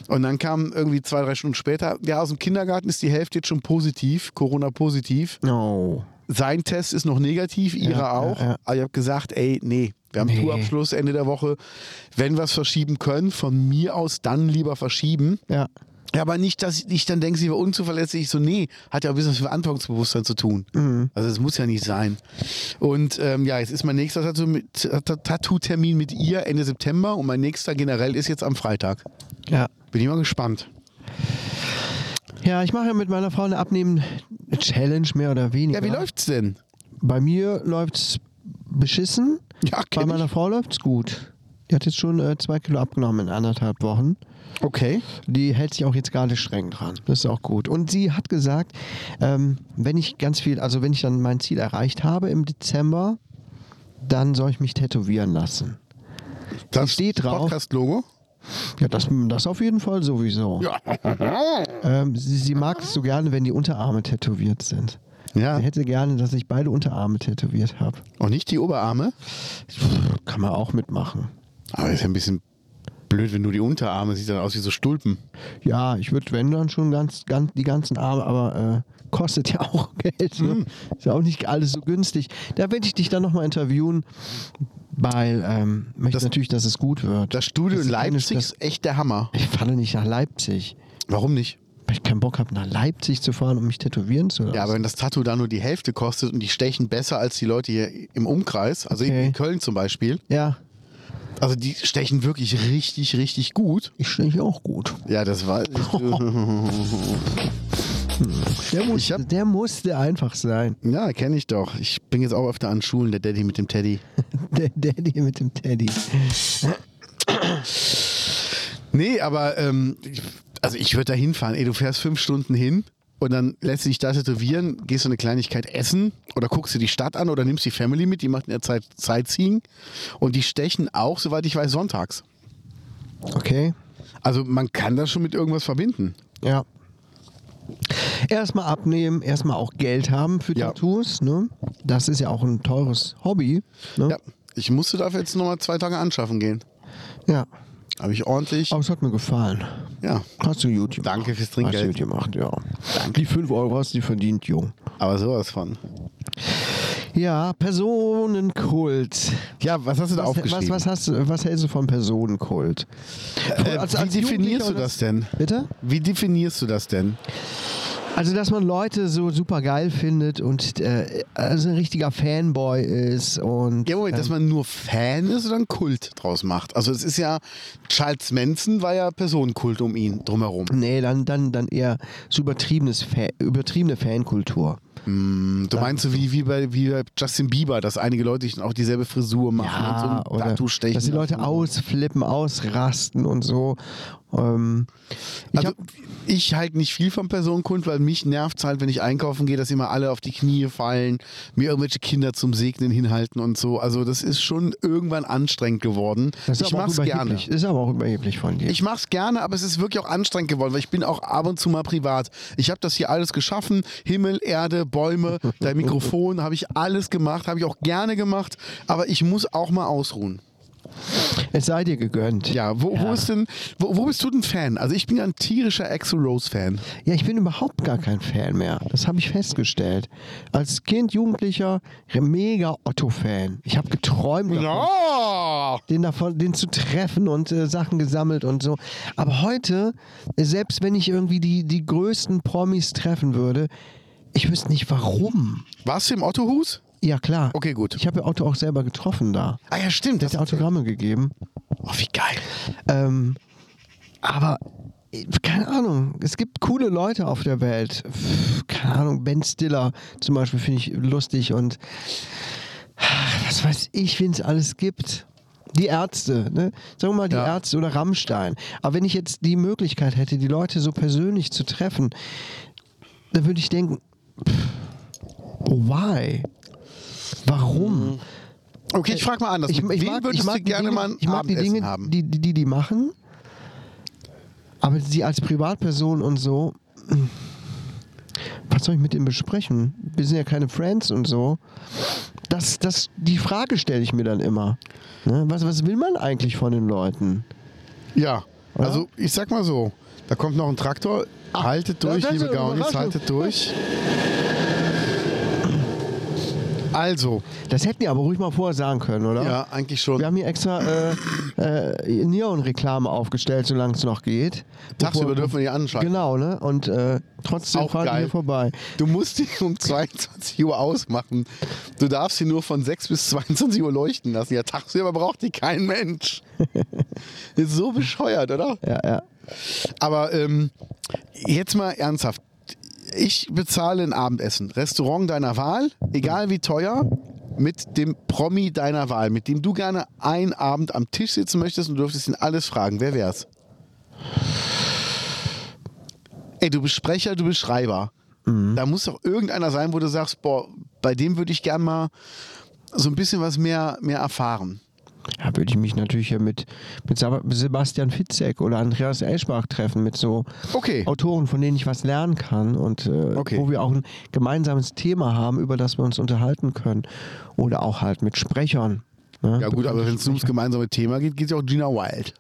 C: Und dann kam irgendwie zwei, drei Stunden später, ja, aus dem Kindergarten ist die Hälfte jetzt schon positiv, Corona-positiv
B: No.
C: sein Test ist noch negativ, ihre auch.
B: ja.
C: Aber ich habe gesagt, ey, nee, wir haben
B: Nee.
C: Tourabschluss Ende der Woche. Wenn wir es verschieben können, von mir aus dann lieber verschieben.
B: Ja.
C: Ja, aber nicht, dass ich dann denke, sie war unzuverlässig. Ich so, nee, hat ja ein bisschen was mit Verantwortungsbewusstsein zu tun.
B: Mhm.
C: Also es muss ja nicht sein. Und ähm, ja, jetzt ist mein nächster Tattoo- mit- Tat- Tattoo-Termin mit ihr Ende September und mein nächster generell ist jetzt am Freitag.
B: Ja.
C: Bin ich mal gespannt.
B: Ja, ich mache ja mit meiner Frau eine Abnehmen-Challenge, mehr oder weniger.
C: Ja, wie läuft's denn?
B: Bei mir läuft's beschissen.
C: Ja,
B: Bei
C: kenn
B: meiner Frau läuft's gut. Die hat jetzt schon äh, zwei Kilo abgenommen in anderthalb Wochen.
C: Okay.
B: Die hält sich auch jetzt gerade streng dran. Das ist auch gut. Und sie hat gesagt, ähm, wenn ich ganz viel, also wenn ich dann mein Ziel erreicht habe im Dezember, dann soll ich mich tätowieren lassen.
C: Das
B: steht drauf.
C: Podcast-Logo.
B: Ja, das, das auf jeden Fall sowieso. Ja. Ähm, sie, sie mag es so gerne, wenn die Unterarme tätowiert sind.
C: Ja.
B: Sie hätte gerne, dass ich beide Unterarme tätowiert habe.
C: Und nicht die Oberarme.
B: Kann man auch mitmachen.
C: Aber ist ja ein bisschen blöd, wenn du die Unterarme siehst, dann aus wie so Stulpen.
B: Ja, ich würde, wenn dann schon ganz, ganz die ganzen Arme, aber äh, kostet ja auch Geld. Ne?
C: Hm.
B: Ist ja auch nicht alles so günstig. Da werde ich dich dann nochmal interviewen, weil ähm, möchte
C: Das-
B: natürlich, dass es gut wird.
C: Das Studio
B: Das
C: in
B: ist keine
C: Leipzig
B: Stress-
C: ist echt der Hammer.
B: Ich fahre nicht nach Leipzig,
C: Warum nicht?
B: weil ich keinen Bock habe, nach Leipzig zu fahren, um mich tätowieren zu lassen.
C: Ja, aber wenn das Tattoo da nur die Hälfte kostet und die stechen besser als die Leute hier im Umkreis, also
B: Okay.
C: in Köln zum Beispiel,
B: ja
C: also die stechen wirklich richtig, richtig gut.
B: ich stehe auch gut.
C: Ja, das war.
B: Der, muss,
C: Ich hab-
B: der musste einfach sein.
C: ja, kenne ich doch. Ich bin jetzt auch öfter an Schulen, der Daddy mit dem Teddy.
B: Der Daddy mit dem Teddy.
C: Nee, aber ähm, ich- also ich würde da hinfahren. Ey, du fährst fünf Stunden hin und dann lässt du dich da tätowieren, gehst so eine Kleinigkeit essen oder guckst dir die Stadt an oder nimmst die Family mit, die macht in der Zeit Sightseeing und die stechen auch, soweit ich weiß, sonntags.
B: Okay.
C: Also man kann das schon mit irgendwas verbinden.
B: Ja. Erstmal abnehmen, erstmal auch Geld haben für
C: Ja.
B: Tattoos. Ne? Das ist ja auch ein teures Hobby. Ne?
C: Ja. Ich musste dafür jetzt nochmal zwei Tage anschaffen gehen.
B: Ja.
C: Habe ich ordentlich.
B: Aber es hat mir gefallen.
C: Ja.
B: Hast du gut gemacht.
C: Danke fürs
B: Hast du
C: Trinkgeld.
B: gut gemacht, ja. Die 5 Euro hast du verdient, Jung.
C: Aber sowas von.
B: Ja, Personenkult.
C: Ja, was hast du da
B: Was,
C: aufgeschrieben?
B: was, was, hast, du- was hältst du von Personenkult?
C: äh,
B: Also
C: wie
B: als
C: definierst
B: Jugendlicher
C: du das denn?
B: Bitte?
C: Wie definierst du das denn?
B: Also, dass man Leute so super geil findet und äh, also ein richtiger Fanboy ist und.
C: Ja, Moment, dass man nur Fan ist oder einen Kult draus macht. Also es ist ja, Charles Manson war ja Personenkult um ihn drumherum.
B: Nee, dann, dann, dann eher so übertriebenes Fa übertriebene Fankultur. Hm,
C: Du meinst so wie, wie, bei, wie bei Justin Bieber, dass einige Leute auch dieselbe Frisur machen und so ein Tattoo stechen.
B: Ah, dass die Leute ausflippen, ausrasten und so. Ähm, ich
C: Also
B: hab,
C: ich halte nicht viel vom Personenkult, weil mich nervt es halt, wenn ich einkaufen gehe, dass immer alle auf die Knie fallen, mir irgendwelche Kinder zum Segnen hinhalten und so. Also das ist schon irgendwann anstrengend geworden.
B: das ist
C: ich
B: aber auch
C: mach's gerne.
B: überheblich. Ist aber auch überheblich von dir.
C: Ich mache es gerne, aber es ist wirklich auch anstrengend geworden, weil ich bin auch ab und zu mal privat. Ich habe das hier alles geschaffen, Himmel, Erde, Bäume, dein Mikrofon, habe ich alles gemacht, habe ich auch gerne gemacht, aber ich muss auch mal ausruhen.
B: es sei dir gegönnt.
C: Ja, wo, wo ist denn, wo, wo bist du denn Fan? Also ich bin ja ein tierischer Axel Rose Fan.
B: Ja, ich bin überhaupt gar kein Fan mehr. Das habe ich festgestellt. Als Kind, Jugendlicher, mega Otto-Fan. Ich habe geträumt, davon,
C: Ja.
B: den, davon, den zu treffen und äh, Sachen gesammelt und so. Aber heute, äh, selbst wenn ich irgendwie die, die größten Promis treffen würde, ich wüsste nicht warum.
C: Warst du im Ottohus?
B: Ja, klar.
C: Okay, gut.
B: Ich habe ja Otto auch selber getroffen da.
C: Ah ja, stimmt. Das
B: Hat Autogramme gegeben.
C: oh, wie geil.
B: Ähm, aber äh, keine Ahnung, es gibt coole Leute auf der Welt. Pff, Keine Ahnung, Ben Stiller zum Beispiel finde ich lustig und ah, was weiß ich, wen es alles gibt. Die Ärzte, ne? Sagen wir mal die
C: Ja.
B: Ärzte oder Rammstein. Aber wenn ich jetzt die Möglichkeit hätte, die Leute so persönlich zu treffen, dann würde ich denken, pff, why? Warum?
C: Okay, ich frage mal anders.
B: Ich,
C: Mit
B: ich
C: wem
B: mag,
C: würdest
B: ich mag
C: du
B: die
C: gerne
B: Dinge,
C: mal ein
B: ich mag die
C: Abendessen
B: Dinge,
C: haben?
B: Die, die, die die machen, aber sie als Privatperson und so, was soll ich mit denen besprechen? Wir sind ja keine Friends und so. Das, das, die Frage stelle ich mir dann immer. Ne? Was, was will man eigentlich von den Leuten?
C: Ja,
B: Oder?
C: also ich sag mal so, da kommt noch ein Traktor. haltet
B: da-
C: durch,
B: das ist
C: liebe
B: eine
C: Gaunis,
B: Überraschung.
C: haltet durch. Also,
B: Das hätten die aber ruhig mal vorher sagen können, oder?
C: ja, also eigentlich schon.
B: Wir haben hier extra äh, äh, Neon-Reklame aufgestellt, solange es noch geht.
C: Tagsüber
B: Bevor-
C: dürfen wir die anschalten.
B: Genau, ne? Und äh, trotzdem
C: Auch
B: fahren die
C: geil.
B: hier vorbei.
C: Du musst die um 22 Uhr ausmachen. Du darfst sie nur von 6 bis 22 Uhr leuchten lassen. Ja, tagsüber braucht die kein Mensch. Ist so bescheuert, oder?
B: Ja, ja.
C: Aber ähm, jetzt mal ernsthaft. Ich bezahle ein Abendessen. Restaurant deiner Wahl, egal wie teuer, mit dem Promi deiner Wahl, mit dem du gerne einen Abend am Tisch sitzen möchtest und du dürftest ihn alles fragen. Wer wär's? Ey, du bist Sprecher, du bist Schreiber. Da muss doch irgendeiner sein, wo du sagst, boah, bei dem würde ich gern mal so ein bisschen was mehr, mehr erfahren.
B: Da würde ich mich natürlich ja mit, mit Sab- Sebastian Fitzek oder Andreas Eschbach treffen, mit so
C: Okay.
B: Autoren, von denen ich was lernen kann und äh,
C: Okay.
B: wo wir auch ein gemeinsames Thema haben, über das wir uns unterhalten können. Oder auch halt mit Sprechern. Ne?
C: Ja gut, aber wenn es ums gemeinsame Thema geht, geht es ja auch Gina Wild.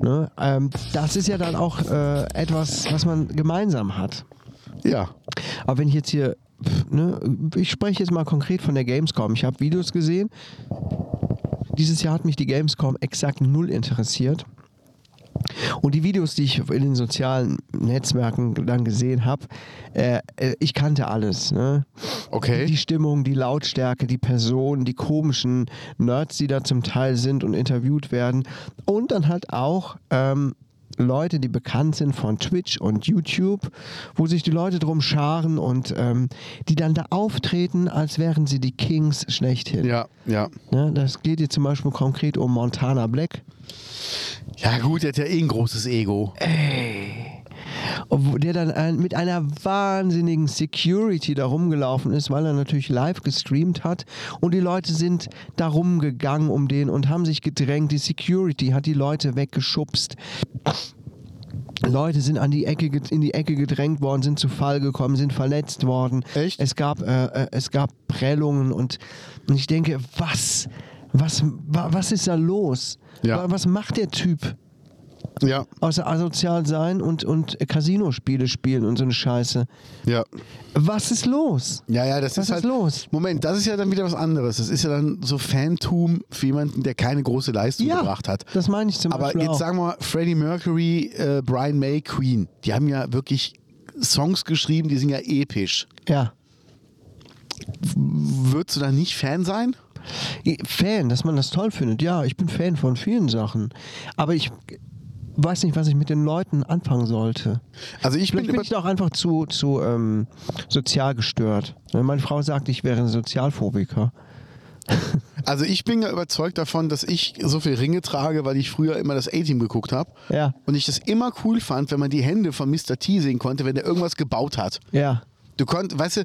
B: Ne? Ähm, das ist ja dann auch äh, etwas, was man gemeinsam hat.
C: Ja.
B: Aber wenn ich jetzt hier, pf, ne, ich spreche jetzt mal konkret von der Gamescom. Ich habe Videos gesehen. Dieses Jahr hat mich die Gamescom exakt null interessiert. Und die Videos, die ich in den sozialen Netzwerken dann gesehen habe, äh, äh, ich kannte alles. Ne?
C: Okay.
B: Die Stimmung, die Lautstärke, die Personen, die komischen Nerds, die da zum Teil sind und interviewt werden. Und dann halt auch ähm, Leute, die bekannt sind von Twitch und YouTube, wo sich die Leute drum scharen und ähm, die dann da auftreten, als wären sie die Kings schlechthin.
C: Ja, ja.
B: Ne, das geht hier zum Beispiel konkret um Montana Black.
C: Ja gut, der hat ja eh ein großes Ego.
B: Obwohl der dann ein, mit einer wahnsinnigen Security da rumgelaufen ist, weil er natürlich live gestreamt hat und die Leute sind da rumgegangen um den und haben sich gedrängt. Die Security hat die Leute weggeschubst. Leute sind an die Ecke get- in die Ecke gedrängt worden, sind zu Fall gekommen, sind verletzt worden.
C: Echt?
B: Es gab äh, äh, es gab Prellungen und, und ich denke, was was wa, was ist da los?
C: Ja.
B: Wa- Was macht der Typ?
C: Ja,
B: Außer asozial sein und und Casino-Spiele spielen und so eine Scheiße.
C: ja.
B: Was ist los?
C: Ja, ja, das
B: Was
C: ist halt.
B: ist los?
C: Moment, das ist ja dann wieder was anderes. Das ist ja dann so Fantum für jemanden, der keine große Leistung gebracht hat.
B: das meine ich zum
C: Aber
B: Beispiel
C: jetzt
B: auch.
C: sagen wir mal, Freddie Mercury, äh, Brian May, Queen, die haben ja wirklich Songs geschrieben, die sind ja episch.
B: ja.
C: Würdest du da nicht Fan sein?
B: Fan, dass man das toll findet. Ja, ich bin Fan von vielen Sachen. Aber ich weiß nicht, was ich mit den Leuten anfangen sollte.
C: Also ich bin,
B: Vielleicht bin
C: über
B: ich da auch einfach zu, zu ähm, sozial gestört. Meine Frau sagt, ich wäre ein Sozialphobiker.
C: also ich bin ja überzeugt davon, dass ich so viel Ringe trage, weil ich früher immer das A-Team geguckt habe.
B: Ja.
C: Und ich das immer cool fand, wenn man die Hände von Mr. T sehen konnte, wenn er irgendwas gebaut hat.
B: Ja.
C: Du konntest, weißt du,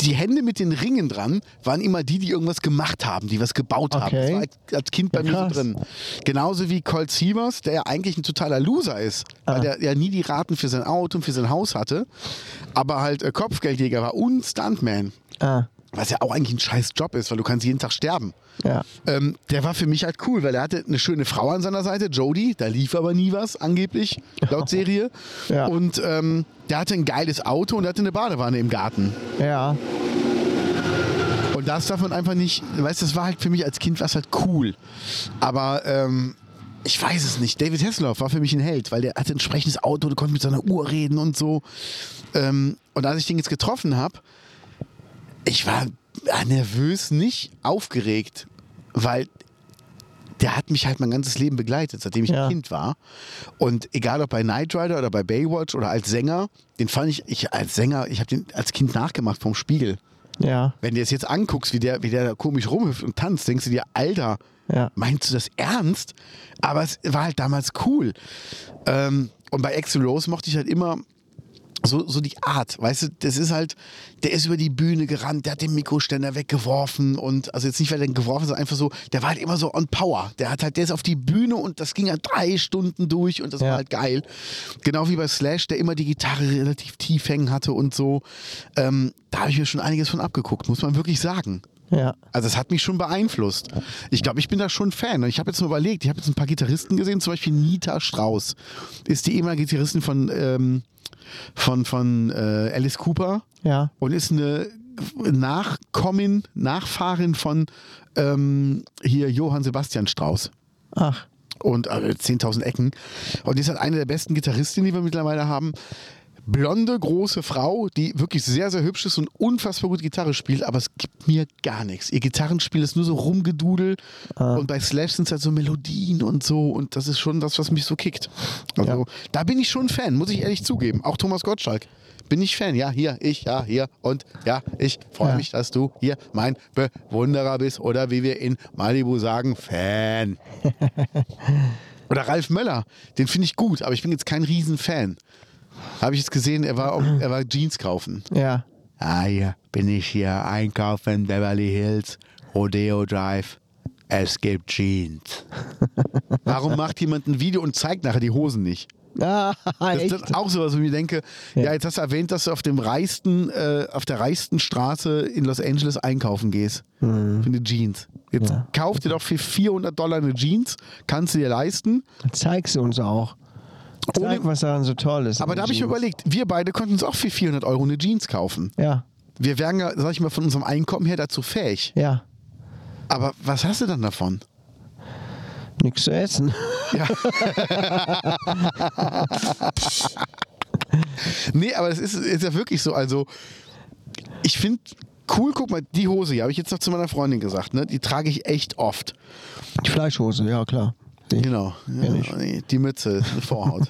C: die Hände mit den Ringen dran waren immer die, die irgendwas gemacht haben, die was gebaut haben. Das
B: Okay.
C: war als- als Kind bei
B: Ja,
C: mir
B: krass.
C: so drin. Genauso wie Colt Sievers, der ja eigentlich ein totaler Loser ist, weil
B: Ah.
C: der ja nie die Raten für sein Auto und für sein Haus hatte, aber halt äh, Kopfgeldjäger war und Stuntman.
B: Ah,
C: Was ja auch eigentlich ein scheiß Job ist, weil du kannst jeden Tag sterben.
B: ja.
C: Ähm, der war für mich halt cool, weil er hatte eine schöne Frau an seiner Seite, Jodie, da lief aber nie was, angeblich, laut Serie.
B: Ja.
C: Und ähm, der hatte ein geiles Auto und er hatte eine Badewanne im Garten.
B: Ja.
C: Und das darf man einfach nicht, weißt du, das war halt für mich als Kind was halt cool. Aber ähm, ich weiß es nicht. David Hasselhoff war für mich ein Held, weil der hatte ein entsprechendes Auto, der konnte mit seiner Uhr reden und so. Ähm, und als ich den jetzt getroffen habe, ich war ja, nervös, nicht aufgeregt, weil der hat mich halt mein ganzes Leben begleitet, seitdem ich
B: Ja.
C: ein Kind war. Und egal ob bei Knight Rider oder bei Baywatch oder als Sänger, den fand ich, ich als Sänger, ich habe den als Kind nachgemacht vom Spiegel.
B: Ja.
C: Wenn du es jetzt anguckst, wie der, wie der da komisch rumhüpft und tanzt, denkst du dir, Alter,
B: Ja.
C: meinst du das ernst? Aber es war halt damals cool. Ähm, und bei Axel Rose mochte ich halt immer so, so die Art. Weißt du, das ist halt, der ist über die Bühne gerannt, der hat den Mikroständer weggeworfen und, also jetzt nicht, weil er den geworfen hat, sondern einfach so, der war halt immer so on power. Der hat halt, der ist auf die Bühne und das ging halt drei Stunden durch und das
B: Ja.
C: war halt geil. Genau wie bei Slash, der immer die Gitarre relativ tief hängen hatte und so. Ähm, da habe ich mir schon einiges von abgeguckt, muss man wirklich sagen.
B: Ja.
C: Also es hat mich schon beeinflusst. Ich glaube, ich bin da schon Fan. Und ich habe jetzt nur überlegt, ich habe jetzt ein paar Gitarristen gesehen, zum Beispiel Nita Strauss. Ist die ehemalige Gitarristin von, ähm, von, von äh, Alice Cooper
B: Ja.
C: und ist eine Nachkommin, Nachfahrin von ähm, hier Johann Sebastian Strauss
B: Ach.
C: und äh, 10.000 Ecken. Und die ist halt eine der besten Gitarristinnen, die wir mittlerweile haben. Blonde, große Frau, die wirklich sehr, sehr hübsch ist und unfassbar gut Gitarre spielt, aber es gibt mir gar nichts. Ihr Gitarrenspiel ist nur so rumgedudel und bei Slash sind es halt so Melodien und so und das ist schon das, was mich so kickt. Also da bin ich schon Fan, muss ich ehrlich zugeben. Auch Thomas Gottschalk. Bin ich Fan, ja, hier, ich, ja, hier und ja, ich freue
B: Ja.
C: mich, dass du hier mein Bewunderer bist oder wie wir in Malibu sagen, Fan. Oder Ralf Möller, den finde ich gut, aber ich bin jetzt kein Riesenfan. Habe ich jetzt gesehen, er war, auf- er war Jeans kaufen.
B: Ja.
C: Ah, hier bin ich hier einkaufen, Beverly Hills, Rodeo Drive. Es gibt Jeans. Warum macht jemand ein Video und zeigt nachher die Hosen nicht?
B: Ah,
C: Das
B: echt?
C: ist auch sowas, wo ich mir denke, ja, jetzt hast du erwähnt, dass du auf dem reichsten, äh, auf der reichsten Straße in Los Angeles einkaufen gehst. Für eine Jeans. Jetzt kauf dir doch für 400 Dollar eine Jeans, kannst du dir leisten.
B: Zeig sie uns auch. Zeig,
C: Ohne-
B: was daran so toll ist.
C: Aber da habe ich mir überlegt, wir beide konnten uns auch für 400 Euro eine Jeans kaufen.
B: Ja.
C: Wir wären ja, sag ich mal, von unserem Einkommen her dazu fähig.
B: Ja.
C: Aber was hast du dann davon?
B: Nichts zu essen.
C: Nee, aber das ist, ist ja wirklich so. Also, ich finde cool, guck mal, die Hose hier, habe ich jetzt noch zu meiner Freundin gesagt, ne? die trage ich echt oft.
B: Die Fleischhose, ja klar. Die-
C: Genau. Ja, nee, die Mütze, die Vorhaut.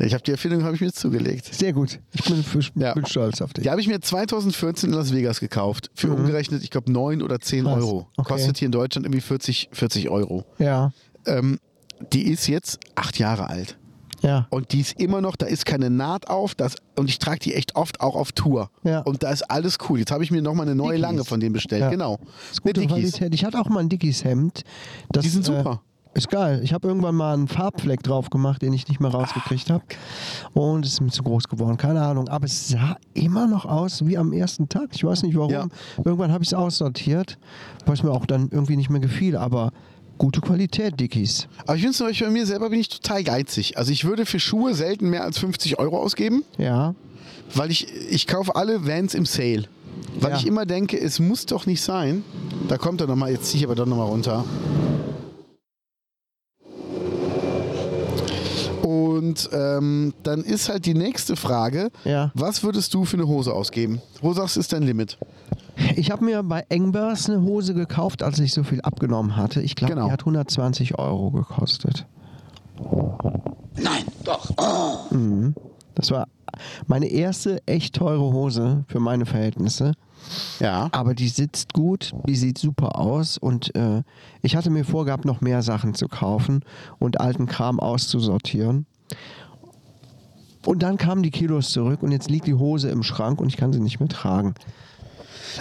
C: ich habe die Erfindung habe ich mir jetzt zugelegt.
B: Sehr gut. Ich bin, ich
C: Ja.
B: bin stolz auf dich.
C: Die habe ich mir 2014 in Las Vegas gekauft. Für umgerechnet, ich glaube, 9 oder 10
B: Krass.
C: Euro.
B: Okay.
C: Kostet hier in Deutschland irgendwie 40, 40 Euro.
B: Ja.
C: Ähm, die ist jetzt acht Jahre alt.
B: Ja.
C: Und die ist immer noch, da ist keine Naht auf. Das, und ich trage die echt oft auch auf Tour.
B: Ja.
C: Und da ist alles cool. Jetzt habe ich mir nochmal eine neue
B: Dickies.
C: lange von denen bestellt.
B: Ja.
C: Genau.
B: Ist gute
C: Eine Dickies.
B: Qualität. Ich hatte auch mal ein Dickies Hemd. Das,
C: Die sind
B: äh,
C: super.
B: Ist geil. Ich habe irgendwann mal einen Farbfleck drauf gemacht, den ich nicht mehr rausgekriegt habe. Und es ist mir zu groß geworden. Keine Ahnung. Aber es sah immer noch aus wie am ersten Tag. Ich weiß nicht warum.
C: Ja.
B: Irgendwann habe ich es aussortiert, weil es mir auch dann irgendwie nicht mehr gefiel. Aber gute Qualität, Dickies.
C: Aber ich bin zum Beispiel bei mir selber bin ich total geizig. Also ich würde für Schuhe selten mehr als 50 Euro ausgeben,
B: Ja.
C: weil ich, ich kaufe alle Vans im Sale. Weil
B: Ja.
C: ich immer denke, es muss doch nicht sein. Da kommt er nochmal, jetzt ziehe ich aber doch nochmal runter. Und ähm, dann ist halt die nächste Frage,
B: Ja.
C: was würdest du für eine Hose ausgeben? Wo sagst du, ist dein Limit?
B: Ich habe mir bei Engbers eine Hose gekauft, als ich so viel abgenommen hatte. Ich glaube,
C: Genau.
B: die hat 120 Euro gekostet.
A: Nein, doch.
B: Das war meine erste echt teure Hose für meine Verhältnisse.
C: Ja.
B: Aber die sitzt gut, die sieht super aus und äh, ich hatte mir vorgehabt, noch mehr Sachen zu kaufen und alten Kram auszusortieren. Und dann kamen die Kilos zurück und jetzt liegt die Hose im Schrank und ich kann sie nicht mehr tragen.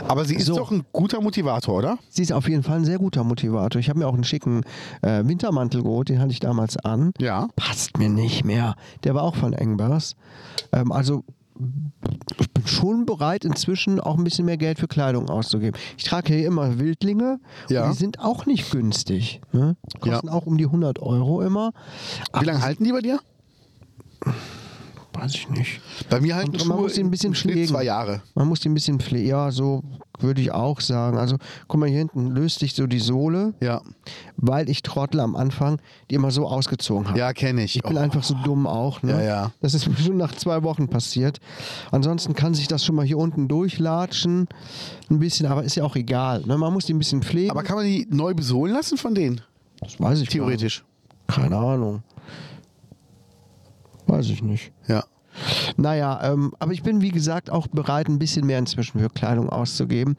C: Aber sie ist
B: So.
C: doch ein guter Motivator, oder?
B: Sie ist auf jeden Fall ein sehr guter Motivator. Ich habe mir auch einen schicken äh, Wintermantel geholt, den hatte ich damals an.
C: Ja.
B: Passt mir nicht mehr. Der war auch von Engbers. Ähm, also ich bin schon bereit, inzwischen auch ein bisschen mehr Geld für Kleidung auszugeben. Ich trage hier immer Wildlinge
C: Ja.
B: und die sind auch nicht günstig. Ne? Kosten
C: Ja.
B: auch um die 100 Euro immer.
C: Wie lange halten die bei dir?
B: Weiß ich nicht.
C: Bei mir halten
B: Und
C: Schuhe
B: man muss die ein bisschen
C: im Schnitt
B: pflegen.
C: zwei Jahre.
B: Man muss die ein bisschen pflegen. Ja, so würde ich auch sagen. Also guck mal, hier hinten löst sich so die Sohle.
C: Ja.
B: weil ich Trottel am Anfang die immer so ausgezogen habe.
C: Ja, kenne ich.
B: Ich bin
C: Oh.
B: einfach so dumm auch. Ne?
C: Ja, ja.
B: Das ist mir schon nach zwei Wochen passiert. Ansonsten kann sich das schon mal hier unten durchlatschen. Ein bisschen, aber ist ja auch egal. Ne? Man muss die ein bisschen pflegen.
C: Aber kann man die neu besohlen lassen von denen?
B: das weiß ich
C: Theoretisch.
B: Gar nicht. Keine Ahnung. Weiß ich nicht.
C: Ja.
B: Naja, ähm, aber ich bin wie gesagt auch bereit, ein bisschen mehr inzwischen für Kleidung auszugeben,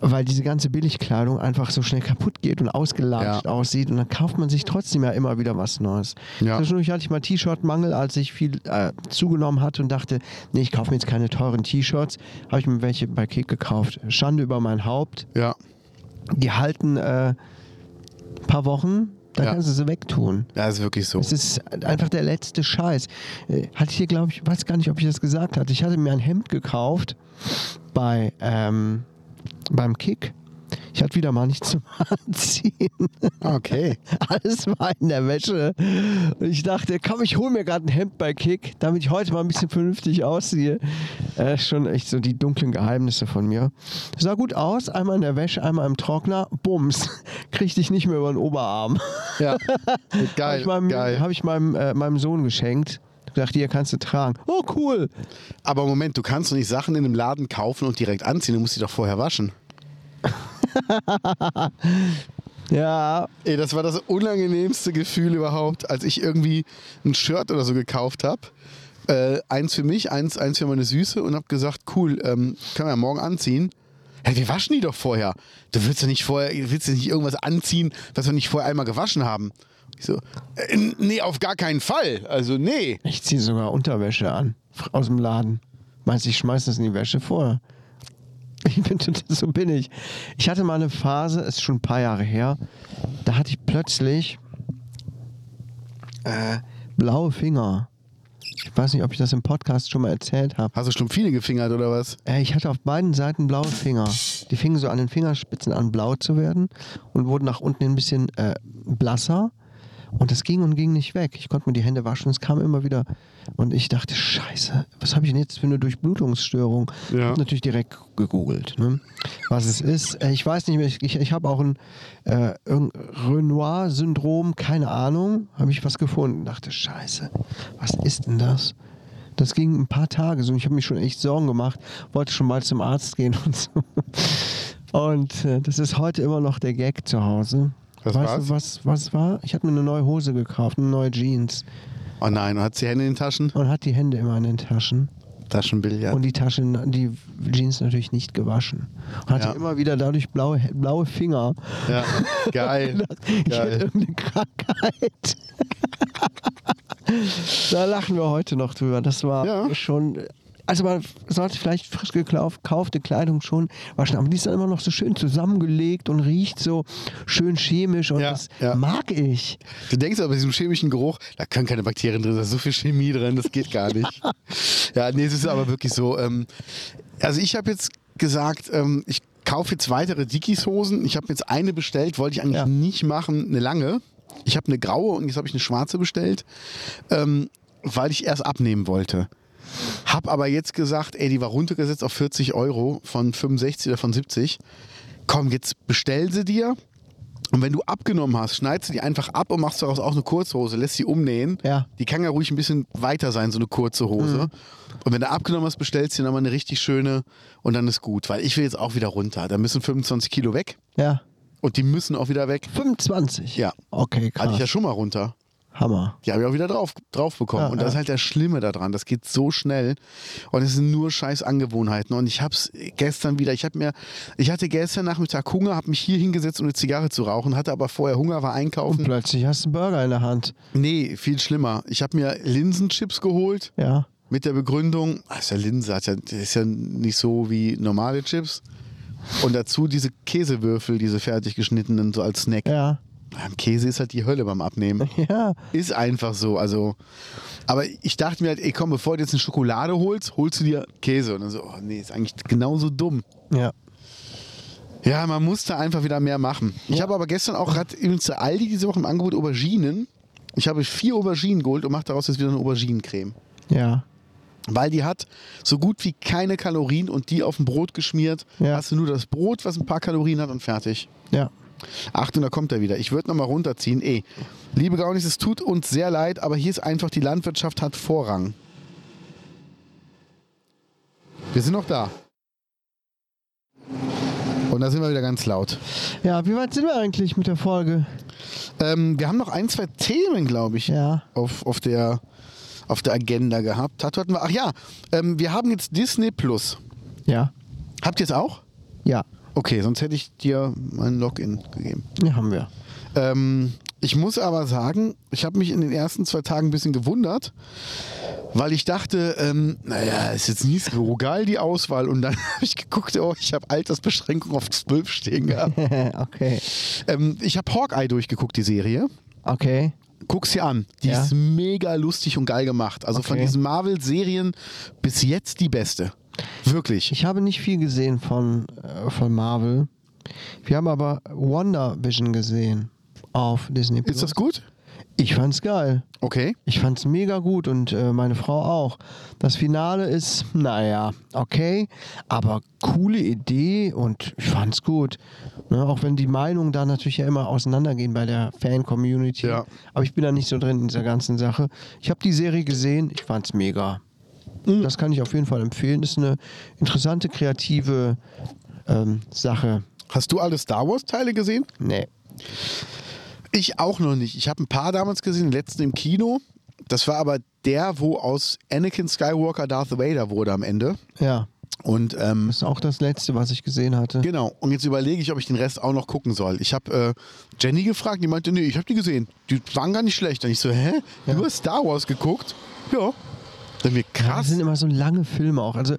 B: weil diese ganze Billigkleidung einfach so schnell kaputt geht und ausgelatscht
C: Ja.
B: aussieht und dann kauft man sich trotzdem ja immer wieder was Neues.
C: Ja.
B: Zwischendurch hatte ich mal T-Shirt-Mangel, als ich viel äh, zugenommen hatte und dachte, nee, ich kaufe mir jetzt keine teuren T-Shirts, habe ich mir welche bei Kick gekauft. Schande über mein Haupt.
C: Ja.
B: Die halten äh, paar Wochen, dann
C: Ja.
B: kannst du sie wegtun.
C: Ja, ist wirklich so.
B: Es ist einfach der letzte Scheiß. Äh, Hatte ich hier, glaube ich, weiß gar nicht, ob ich das gesagt hatte. Ich hatte mir ein Hemd gekauft bei, ähm, beim Kick. Ich hatte wieder mal nichts zum Anziehen.
C: Ah, Okay.
B: Alles war in der Wäsche. Und ich dachte, komm, ich hole mir gerade ein Hemd bei Kick, damit ich heute mal ein bisschen vernünftig aussehe. Äh, schon echt so die dunklen Geheimnisse von mir. Sah gut aus, einmal in der Wäsche, einmal im Trockner. Bums. Krieg dich nicht mehr über den Oberarm.
C: Ja.
B: Habe
C: Geil.
B: ich, meinem,
C: geil.
B: hab ich meinem, äh, meinem Sohn geschenkt. Ich dachte, hier kannst du tragen. Oh, cool.
C: Aber Moment, du kannst doch nicht Sachen in einem Laden kaufen und direkt anziehen. Du musst sie doch vorher waschen.
B: Ja,
C: Ey, das war das unangenehmste Gefühl überhaupt, als ich irgendwie ein Shirt oder so gekauft habe. Äh, eins für mich, eins, eins für meine Süße und habe gesagt, cool, ähm, können wir ja morgen anziehen. Hey, wir waschen die doch vorher. Du willst ja nicht vorher, willst ja nicht irgendwas anziehen, was wir nicht vorher einmal gewaschen haben. Ich so, äh, nee, auf gar keinen Fall. Also nee.
B: ich ziehe sogar Unterwäsche an. F- Aus dem Laden. Meinst du, ich schmeiß das in die Wäsche vorher? Ich bin total, so bin ich. Ich hatte mal eine Phase, ist schon ein paar Jahre her, da hatte ich plötzlich äh, blaue Finger. Ich weiß nicht, ob ich das im Podcast schon mal erzählt habe.
C: Hast du schon viele gefingert oder was?
B: Äh, ich hatte auf beiden Seiten blaue Finger. Die fingen so an den Fingerspitzen an, blau zu werden und wurden nach unten ein bisschen äh, blasser. Und das ging und ging nicht weg. Ich konnte mir die Hände waschen, es kam immer wieder. Und ich dachte, Scheiße, was habe ich denn jetzt für eine Durchblutungsstörung? Ich
C: Ja.
B: habe natürlich direkt gegoogelt, ne? was es ist. Äh, ich weiß nicht mehr, ich, ich, ich habe auch ein äh, irgendein Renoir-Syndrom, keine Ahnung, habe ich was gefunden. Dachte, Scheiße, was ist denn das? Das ging ein paar Tage so. Ich habe mich schon echt Sorgen gemacht, wollte schon mal zum Arzt gehen und so. Und äh, das ist heute immer noch der Gag zu Hause.
C: Was
B: weißt
C: war's?
B: du, was, was war? Ich habe mir eine neue Hose gekauft, eine neue Jeans
C: Oh nein, und hat sie Hände in den Taschen?
B: und hat die Hände immer in den Taschen
C: Taschenbillard.
B: und die Taschen, die Jeans natürlich nicht gewaschen. Und hatte
C: Ja.
B: immer wieder dadurch blaue, blaue Finger.
C: ja, geil.
B: Ich hätte
C: geil.
B: irgendeine Krankheit. da lachen wir heute noch drüber. Das war
C: Ja.
B: schon Also man sollte vielleicht frisch gekaufte Kleidung schon waschen, aber die ist dann immer noch so schön zusammengelegt und riecht so schön chemisch und
C: Ja,
B: das
C: ja.
B: mag ich.
C: Du denkst aber bei diesem chemischen Geruch, da können keine Bakterien drin sein, da ist so viel Chemie drin, das geht gar nicht. ja, nee, es ist aber wirklich so. Ähm, also ich habe jetzt gesagt, ähm, ich kaufe jetzt weitere Dickies-Hosen. Ich habe jetzt eine bestellt, wollte ich eigentlich
B: Ja.
C: nicht machen, eine lange. Ich habe eine graue und jetzt habe ich eine schwarze bestellt, ähm, weil ich erst abnehmen wollte. Hab aber jetzt gesagt, ey, die war runtergesetzt auf 40 Euro von 65 oder von 70. Komm, jetzt bestell sie dir. Und wenn du abgenommen hast, schneidest du die einfach ab und machst daraus auch eine Kurzhose, lässt sie umnähen.
B: Ja.
C: Die kann ja ruhig ein bisschen weiter sein, so eine kurze Hose.
B: Mhm.
C: Und wenn du abgenommen hast, bestellst du dir nochmal eine richtig schöne und dann ist gut. Weil ich will jetzt auch wieder runter. Da müssen 25 Kilo weg
B: Ja.
C: und die müssen auch wieder weg.
B: 25.
C: Ja.
B: Okay,
C: Hatte ich ja
B: krass.
C: schon mal runter.
B: Hammer.
C: Die habe ich auch wieder drauf, drauf bekommen.
B: Ja,
C: und das
B: ja.
C: ist halt das Schlimme daran. Das geht so schnell. Und es sind nur scheiß Angewohnheiten. Und ich habe es gestern wieder, ich habe mir, ich hatte gestern Nachmittag Hunger, habe mich hier hingesetzt, um eine Zigarre zu rauchen, hatte aber vorher Hunger, war einkaufen.
B: Und plötzlich hast du einen Burger in der Hand.
C: Nee, viel schlimmer. Ich habe mir Linsenchips geholt
B: Ja.
C: mit der Begründung, ah, ist ja Linse, hat ja, ist ja nicht so wie normale Chips. Und dazu diese Käsewürfel, diese fertig geschnittenen, so als Snack.
B: Ja.
C: Beim Käse ist halt die Hölle beim Abnehmen.
B: Ja.
C: Ist einfach so. Also, aber ich dachte mir halt, ey komm, bevor du jetzt eine Schokolade holst, holst du dir Käse. Und dann so, oh nee, ist eigentlich genauso dumm.
B: Ja.
C: Ja, man musste einfach wieder mehr machen. Ich habe aber gestern auch gerade übrigens der Aldi diese Woche im Angebot Auberginen. Ich habe vier Auberginen geholt und mache daraus jetzt wieder eine Auberginencreme.
B: Ja.
C: Weil die hat so gut wie keine Kalorien und die auf dem Brot geschmiert.
B: Ja.
C: Hast du nur das Brot, was ein paar Kalorien hat und fertig.
B: Ja.
C: Achtung, da kommt er wieder. Ich würde nochmal runterziehen. Eh, liebe Gaunis, es tut uns sehr leid, aber hier ist einfach, die Landwirtschaft hat Vorrang. Wir sind noch da. Und da sind wir wieder ganz laut.
B: Ja, wie weit sind wir eigentlich mit der Folge?
C: Ähm, wir haben noch ein, zwei Themen, glaube ich,
B: Ja.
C: auf, auf, der, auf der Agenda gehabt. Hat, hatten wir, ach ja, ähm, wir haben jetzt Disney Plus.
B: Ja.
C: Habt ihr es auch?
B: Ja.
C: Okay, sonst hätte ich dir mein Login gegeben.
B: Ja, haben wir.
C: Ähm, ich muss aber sagen, ich habe mich in den ersten zwei Tagen ein bisschen gewundert, weil ich dachte, ähm, naja, ist jetzt nicht so geil die Auswahl. Und dann habe ich geguckt, oh, ich habe Altersbeschränkung auf 12 stehen gehabt.
B: okay.
C: ähm, ich habe Hawkeye durchgeguckt, die Serie.
B: Okay.
C: Guck's dir an. Die
B: Ja.
C: ist mega lustig und geil gemacht. Also von
B: Okay.
C: diesen Marvel-Serien bis jetzt die beste. Wirklich.
B: Ich habe nicht viel gesehen von, äh, von Marvel. Wir haben aber Wonder Vision gesehen auf Disney Plus.
C: Ist das gut?
B: Ich fand's geil.
C: Okay.
B: Ich fand's mega gut und äh, meine Frau auch. Das Finale ist, naja, okay, aber coole Idee und ich fand's gut. Ne, auch wenn die Meinungen da natürlich ja immer auseinandergehen bei der Fan-Community.
C: Ja.
B: Aber ich bin da nicht so drin in dieser ganzen Sache. Ich habe die Serie gesehen, ich fand's mega. Das kann ich auf jeden Fall empfehlen. Ist eine interessante, kreative ähm, Sache.
C: Hast du alle Star Wars-Teile gesehen?
B: Nee.
C: Ich auch noch nicht. Ich habe ein paar damals gesehen, den letzten im Kino. Das war aber der, wo aus Anakin Skywalker Darth Vader wurde am Ende.
B: Ja,
C: Und ähm,
B: ist auch das Letzte, was ich gesehen hatte.
C: genau. Und jetzt überlege ich, ob ich den Rest auch noch gucken soll. Ich habe äh, Jenny gefragt, die meinte, nee, ich habe die gesehen. Die waren gar nicht schlecht. Und ich so, hä? Du hast Star Wars geguckt? Ja. Dann mir
B: Ja, Das
C: krass.
B: sind immer so lange Filme auch. Also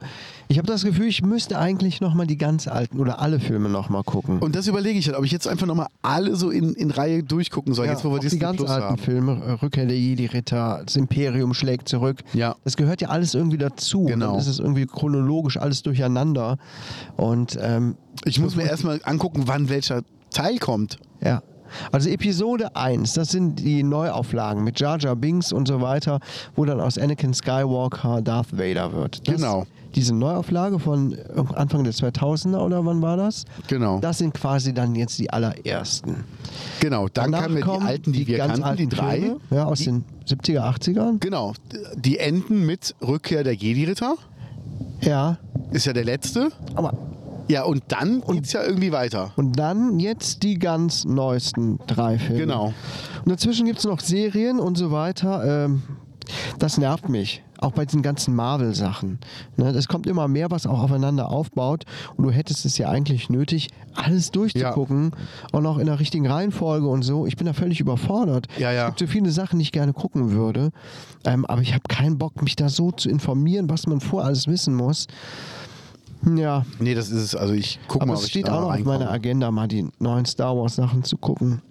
B: ich habe das Gefühl, ich müsste eigentlich nochmal die ganz alten oder alle Filme nochmal gucken.
C: Und das überlege ich halt, ob ich jetzt einfach nochmal alle so in, in Reihe durchgucken soll.
B: ja,
C: jetzt, wo wir
B: auch die
C: Disney
B: ganz
C: Plus
B: alten
C: haben.
B: Filme, äh, Rückkehr der Jedi-Ritter, das Imperium schlägt zurück.
C: Ja.
B: Das gehört ja alles irgendwie dazu.
C: Genau.
B: Dann ist es irgendwie chronologisch alles durcheinander. Und ähm,
C: Ich muss mir erstmal angucken, wann welcher Teil kommt.
B: Ja. Also Episode 1, das sind die Neuauflagen mit Jar Jar Binks und so weiter, wo dann aus Anakin Skywalker Darth Vader wird. Das,
C: Genau.
B: Diese Neuauflage von Anfang der 2000er oder wann war das?
C: Genau.
B: Das sind quasi dann jetzt die allerersten.
C: Genau, dann
B: Danach
C: kamen ja die
B: kommen
C: alten, die, wir
B: ganz
C: kannten, die
B: alten
C: drei.
B: Filme, ja, aus den 70er, 80ern.
C: Genau, die enden mit Rückkehr der Jedi-Ritter,
B: Ja.
C: ist ja der letzte.
B: Aber
C: Ja, und dann geht's ja irgendwie weiter.
B: Und dann jetzt die ganz neuesten drei Filme.
C: Genau.
B: Und dazwischen gibt es noch Serien und so weiter. Ähm, das nervt mich. auch bei diesen ganzen Marvel-Sachen. Ne? Es kommt immer mehr, was auch aufeinander aufbaut. Und du hättest es ja eigentlich nötig, alles durchzugucken und auch in der richtigen Reihenfolge und so. Ich bin da völlig überfordert.
C: Ja, ja.
B: Es gibt so viele Sachen, die ich gerne gucken würde. Ähm, aber ich habe keinen Bock, mich da so zu informieren, was man vor alles wissen muss. Ja,
C: Nee, das ist es. Also ich gucke
B: aber
C: mal, ob
B: es
C: ich
B: steht
C: da
B: auch noch auf
C: reinkomme.
B: meiner Agenda, mal die neuen Star Wars-Sachen zu gucken.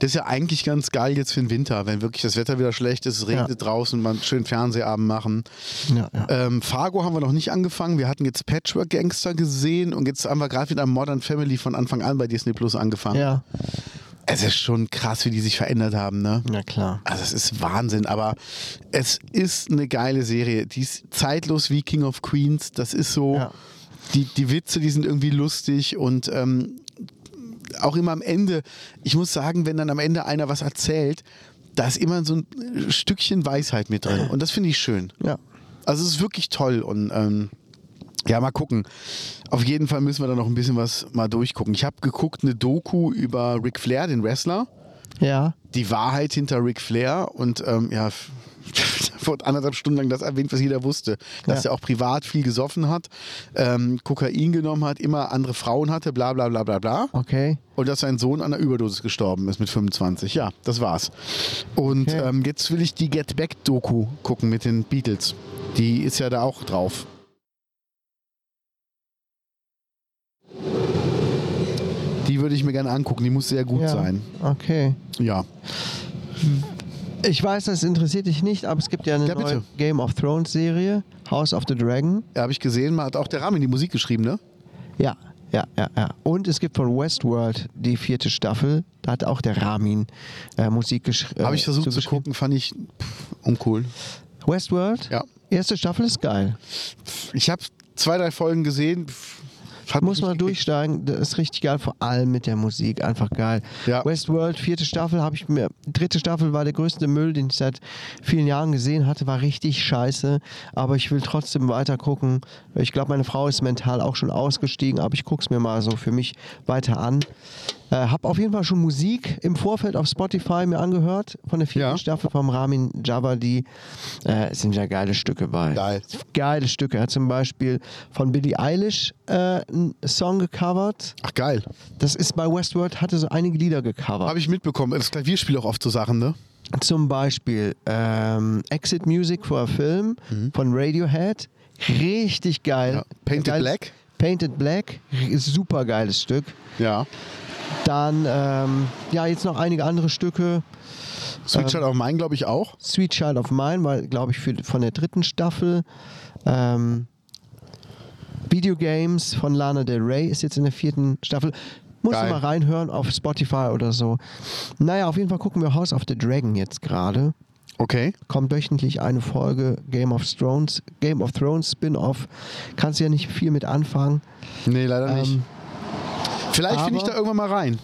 C: Das ist ja eigentlich ganz geil jetzt für den Winter, wenn wirklich das Wetter wieder schlecht ist, es regnet
B: Ja.
C: draußen, man schön Fernsehabend machen.
B: Ja, ja.
C: Ähm, Fargo haben wir noch nicht angefangen. Wir hatten jetzt Patchwork Gangster gesehen und jetzt haben wir gerade wieder Modern Family von Anfang an bei Disney Plus angefangen.
B: ja.
C: Es ist schon krass, wie die sich verändert haben, ne?
B: Na klar.
C: Also es ist Wahnsinn, aber es ist eine geile Serie. Die ist zeitlos wie King of Queens. Das ist so,
B: Ja.
C: die, die Witze, die sind irgendwie lustig und ähm, auch immer am Ende, ich muss sagen, wenn dann am Ende einer was erzählt, da ist immer so ein Stückchen Weisheit mit drin. Und das finde ich schön.
B: Ja.
C: Also es ist wirklich toll und ähm, ja, mal gucken. Auf jeden Fall müssen wir da noch ein bisschen was mal durchgucken. Ich habe geguckt eine Doku über Ric Flair, den Wrestler
B: Ja.
C: die Wahrheit hinter Ric Flair und ähm, ja, vor anderthalb Stunden lang das erwähnt, was jeder wusste. Dass
B: Ja.
C: er auch privat viel gesoffen hat, ähm, Kokain genommen hat, immer andere Frauen hatte, bla bla bla bla bla.
B: Okay.
C: Und dass sein Sohn an einer Überdosis gestorben ist mit 25. Ja, das war's. Und
B: Okay.
C: ähm, jetzt will ich die Get Back-Doku gucken mit den Beatles. Die ist ja da auch drauf. Die würde ich mir gerne angucken. Die muss sehr gut
B: ja.
C: sein.
B: Okay.
C: Ja.
B: Ich weiß, das interessiert dich nicht, aber es gibt ja eine
C: Ja, bitte.
B: neue Game of Thrones Serie, House of the Dragon.
C: Ja, habe ich gesehen. Hat auch der Ramin die Musik geschrieben, ne?
B: Ja, ja, ja, ja. Und es gibt von Westworld die vierte Staffel. Da hat auch der Ramin äh, Musik geschrieben.
C: habe ich versucht zu gucken, fand ich pff, uncool.
B: Westworld?
C: Ja.
B: Erste Staffel ist geil.
C: Ich habe zwei, drei Folgen gesehen. Pff, hat
B: Muss
C: mich
B: man
C: nicht gekriegt.
B: durchsteigen, das ist richtig geil, vor allem mit der Musik, einfach geil.
C: Ja.
B: Westworld, vierte Staffel habe ich mir, dritte Staffel war der größte Müll, den ich seit vielen Jahren gesehen hatte, war richtig scheiße, aber ich will trotzdem weiter gucken. Ich glaube, meine Frau ist mental auch schon ausgestiegen, aber ich gucke es mir mal so für mich weiter an. Äh, hab auf jeden Fall schon Musik im Vorfeld auf Spotify mir angehört von der vierten
C: Ja.
B: Staffel vom Ramin Javadi. Äh, es sind ja geile Stücke bei.
C: Geil.
B: Geile Stücke. Er hat zum Beispiel von Billie Eilish äh, einen Song gecovert.
C: Ach, geil.
B: Das ist bei Westworld, hatte so einige Lieder gecovert.
C: Habe ich mitbekommen. Das Klavierspiel auch oft so Sachen, ne?
B: Zum Beispiel ähm, Exit Music for a Film von Radiohead. Richtig geil.
C: Mhm. Ja. Painted
B: Geiles-
C: Black?
B: Painted Black. Super geiles Stück.
C: Ja.
B: Dann, ähm, ja, jetzt noch einige andere Stücke.
C: Sweet Child of Mine, glaube ich, auch.
B: Sweet Child of Mine war, glaube ich, für, von der dritten Staffel. Ähm, Video Games von Lana Del Rey ist jetzt in der vierten Staffel. Muss
C: Geil.
B: mal reinhören auf Spotify oder so. Naja, auf jeden Fall gucken wir House of the Dragon jetzt gerade.
C: Okay.
B: Kommt wöchentlich eine Folge Game of Thrones, Game of Thrones Spin-off. Kannst ja nicht viel mit anfangen.
C: Nee, leider nicht.
B: Ähm,
C: Vielleicht finde ich
B: aber-
C: da irgendwann mal rein.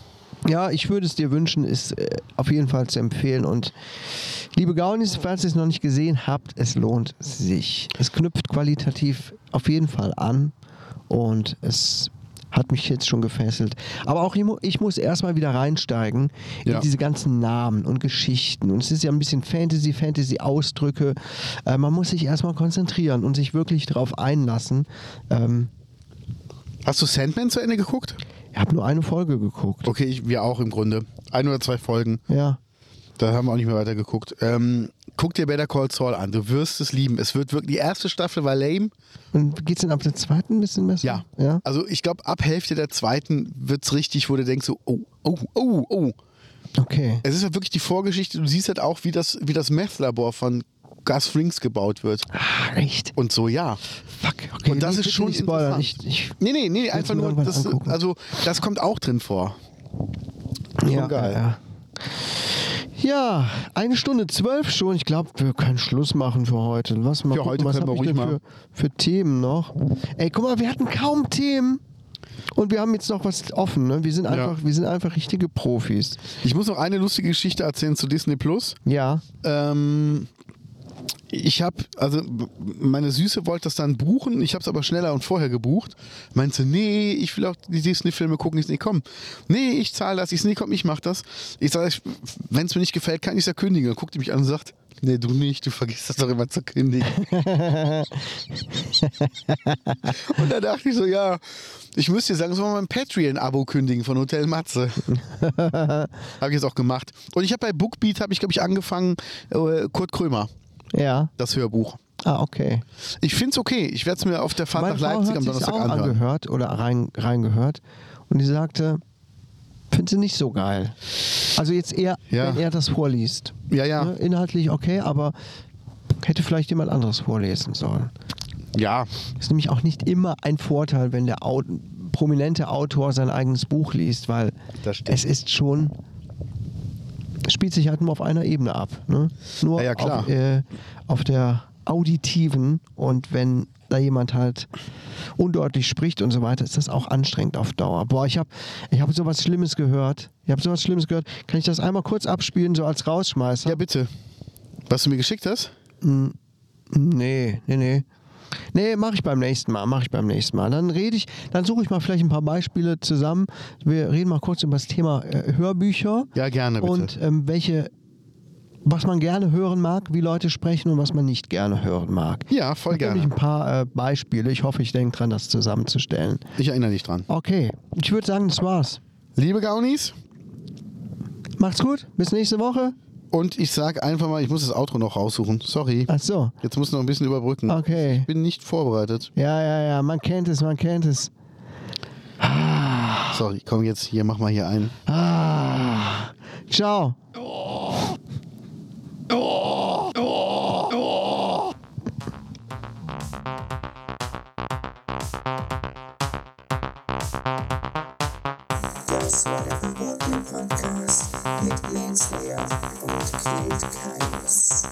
B: Ja, ich würde es dir wünschen, ist äh, auf jeden Fall zu empfehlen. Und liebe Gaunis, falls ihr es noch nicht gesehen habt, es lohnt sich. Es knüpft qualitativ auf jeden Fall an und es hat mich jetzt schon gefesselt. Aber auch ich mu- ich muss erstmal wieder reinsteigen in
C: Ja.
B: diese ganzen Namen und Geschichten. Und es ist ja ein bisschen Fantasy, Fantasy-Ausdrücke. Äh, man muss sich erstmal konzentrieren und sich wirklich drauf einlassen. Ähm,
C: Hast du Sandman zu Ende geguckt?
B: ich habe nur eine Folge geguckt.
C: Okay, ich, wir auch im Grunde. Ein oder zwei Folgen.
B: Ja.
C: Da haben wir auch nicht mehr weiter geguckt. Ähm, guck dir Better Call Saul an. Du wirst es lieben. Es wird wirklich. Die erste Staffel war lame.
B: Und geht's denn ab der zweiten ein bisschen besser?
C: Ja.
B: ja?
C: Also ich glaube, ab Hälfte der zweiten wird es richtig, wo du denkst so, oh, oh, oh, oh.
B: Okay.
C: Es ist halt wirklich die Vorgeschichte. Du siehst halt auch, wie das, wie das Meth-Labor von Gus Frings gebaut wird.
B: Ah, echt.
C: Und so, ja.
B: Fuck. Okay,
C: Und das
B: nicht-
C: ist
B: bitte
C: schon
B: nicht spoilern. Ich,
C: interessant.
B: ich,
C: Nee, nee, nee, einfach
B: mir
C: nur,
B: irgendwann
C: das,
B: angucken.
C: also, das kommt auch drin vor.
B: ja,
C: geil.
B: Ja. ja, eine Stunde zwölf schon. Ich glaube, wir können Schluss machen für heute. Lass mal
C: Für
B: gucken,
C: heute
B: was
C: können wir
B: hab ich
C: ruhig
B: denn
C: mal.
B: für, für Themen noch. Ey, guck mal, wir hatten kaum Themen. Und wir haben jetzt noch was offen. Ne? Wir, sind einfach, wir sind einfach richtige Profis.
C: Ich muss noch eine lustige Geschichte erzählen zu Disney Plus.
B: Ja.
C: Ähm, ich habe, also meine Süße wollte das dann buchen, ich habe es aber schneller und vorher gebucht. Meinte, nee, ich will auch die Disney-Filme gucken. Ich sag, nee, komm, nee, ich zahle das. Ich sag, nee, komm, ich mach das. Ich sage, wenn es mir nicht gefällt, kann ich es ja kündigen. Dann guckt die mich an und sagt, Nee, du nicht, du vergisst das doch immer zu kündigen. Und da dachte ich so, ja, ich müsste dir sagen, soll mal mein Patreon-Abo kündigen von Hotel Matze. habe ich jetzt auch gemacht. Und ich habe bei Bookbeat, habe ich glaube ich angefangen, äh, Kurt Krömer,
B: Ja.
C: das Hörbuch.
B: Ah, okay.
C: Ich finde es okay. Ich werde es mir auf der Fahrt
B: Meine
C: nach
B: Frau
C: Leipzig
B: hat
C: am
B: sich's
C: Donnerstag
B: auch
C: anhören.
B: angehört oder rein, reingehört und die sagte, finde sie nicht so geil. Also jetzt eher,
C: Ja.
B: wenn er das vorliest.
C: Ja, ja.
B: Ne, Inhaltlich okay, aber hätte vielleicht jemand anderes vorlesen sollen.
C: Ja,
B: Ist nämlich auch nicht immer ein Vorteil, wenn der Au prominente Autor sein eigenes Buch liest, weil
C: Das stimmt.
B: es ist schon es spielt sich halt nur auf einer Ebene ab, ne? Nur
C: Ja, ja, klar.
B: Auf, äh, auf der auditiven und wenn da jemand halt undeutlich spricht und so weiter, ist das auch anstrengend auf Dauer. Boah, ich habe ich hab sowas Schlimmes gehört. Ich habe sowas Schlimmes gehört. Kann ich das einmal kurz abspielen, so als Rausschmeißer?
C: ja bitte. Was du mir geschickt hast?
B: Nee, nee, nee. Nee, mache ich beim nächsten Mal, mache ich beim nächsten Mal. Dann rede ich, dann suche ich mal vielleicht ein paar Beispiele zusammen. Wir reden mal kurz über das Thema äh, Hörbücher.
C: Ja, gerne, bitte.
B: Und ähm, welche, was man gerne hören mag, wie Leute sprechen und was man nicht gerne hören mag.
C: Ja, voll
B: Dann gebe ich
C: gerne.
B: ein paar äh, Beispiele. Ich hoffe, ich denke dran, das zusammenzustellen.
C: Ich erinnere dich dran.
B: Okay, ich würde sagen, das war's.
C: Liebe Gaunis,
B: Macht's gut, bis nächste Woche.
C: und ich sag einfach mal, ich muss das Outro noch raussuchen. Sorry.
B: Ach so.
C: Jetzt muss noch ein bisschen überbrücken.
B: Äh. Okay.
C: Ich bin nicht vorbereitet.
B: Ja, ja, ja, man kennt es, man kennt es.
C: Sorry, komm jetzt hier, mach mal hier ein.
B: Ah. Ciao.
G: Das war der Boardman Podcast mit Lance Lear und Claude Kaius.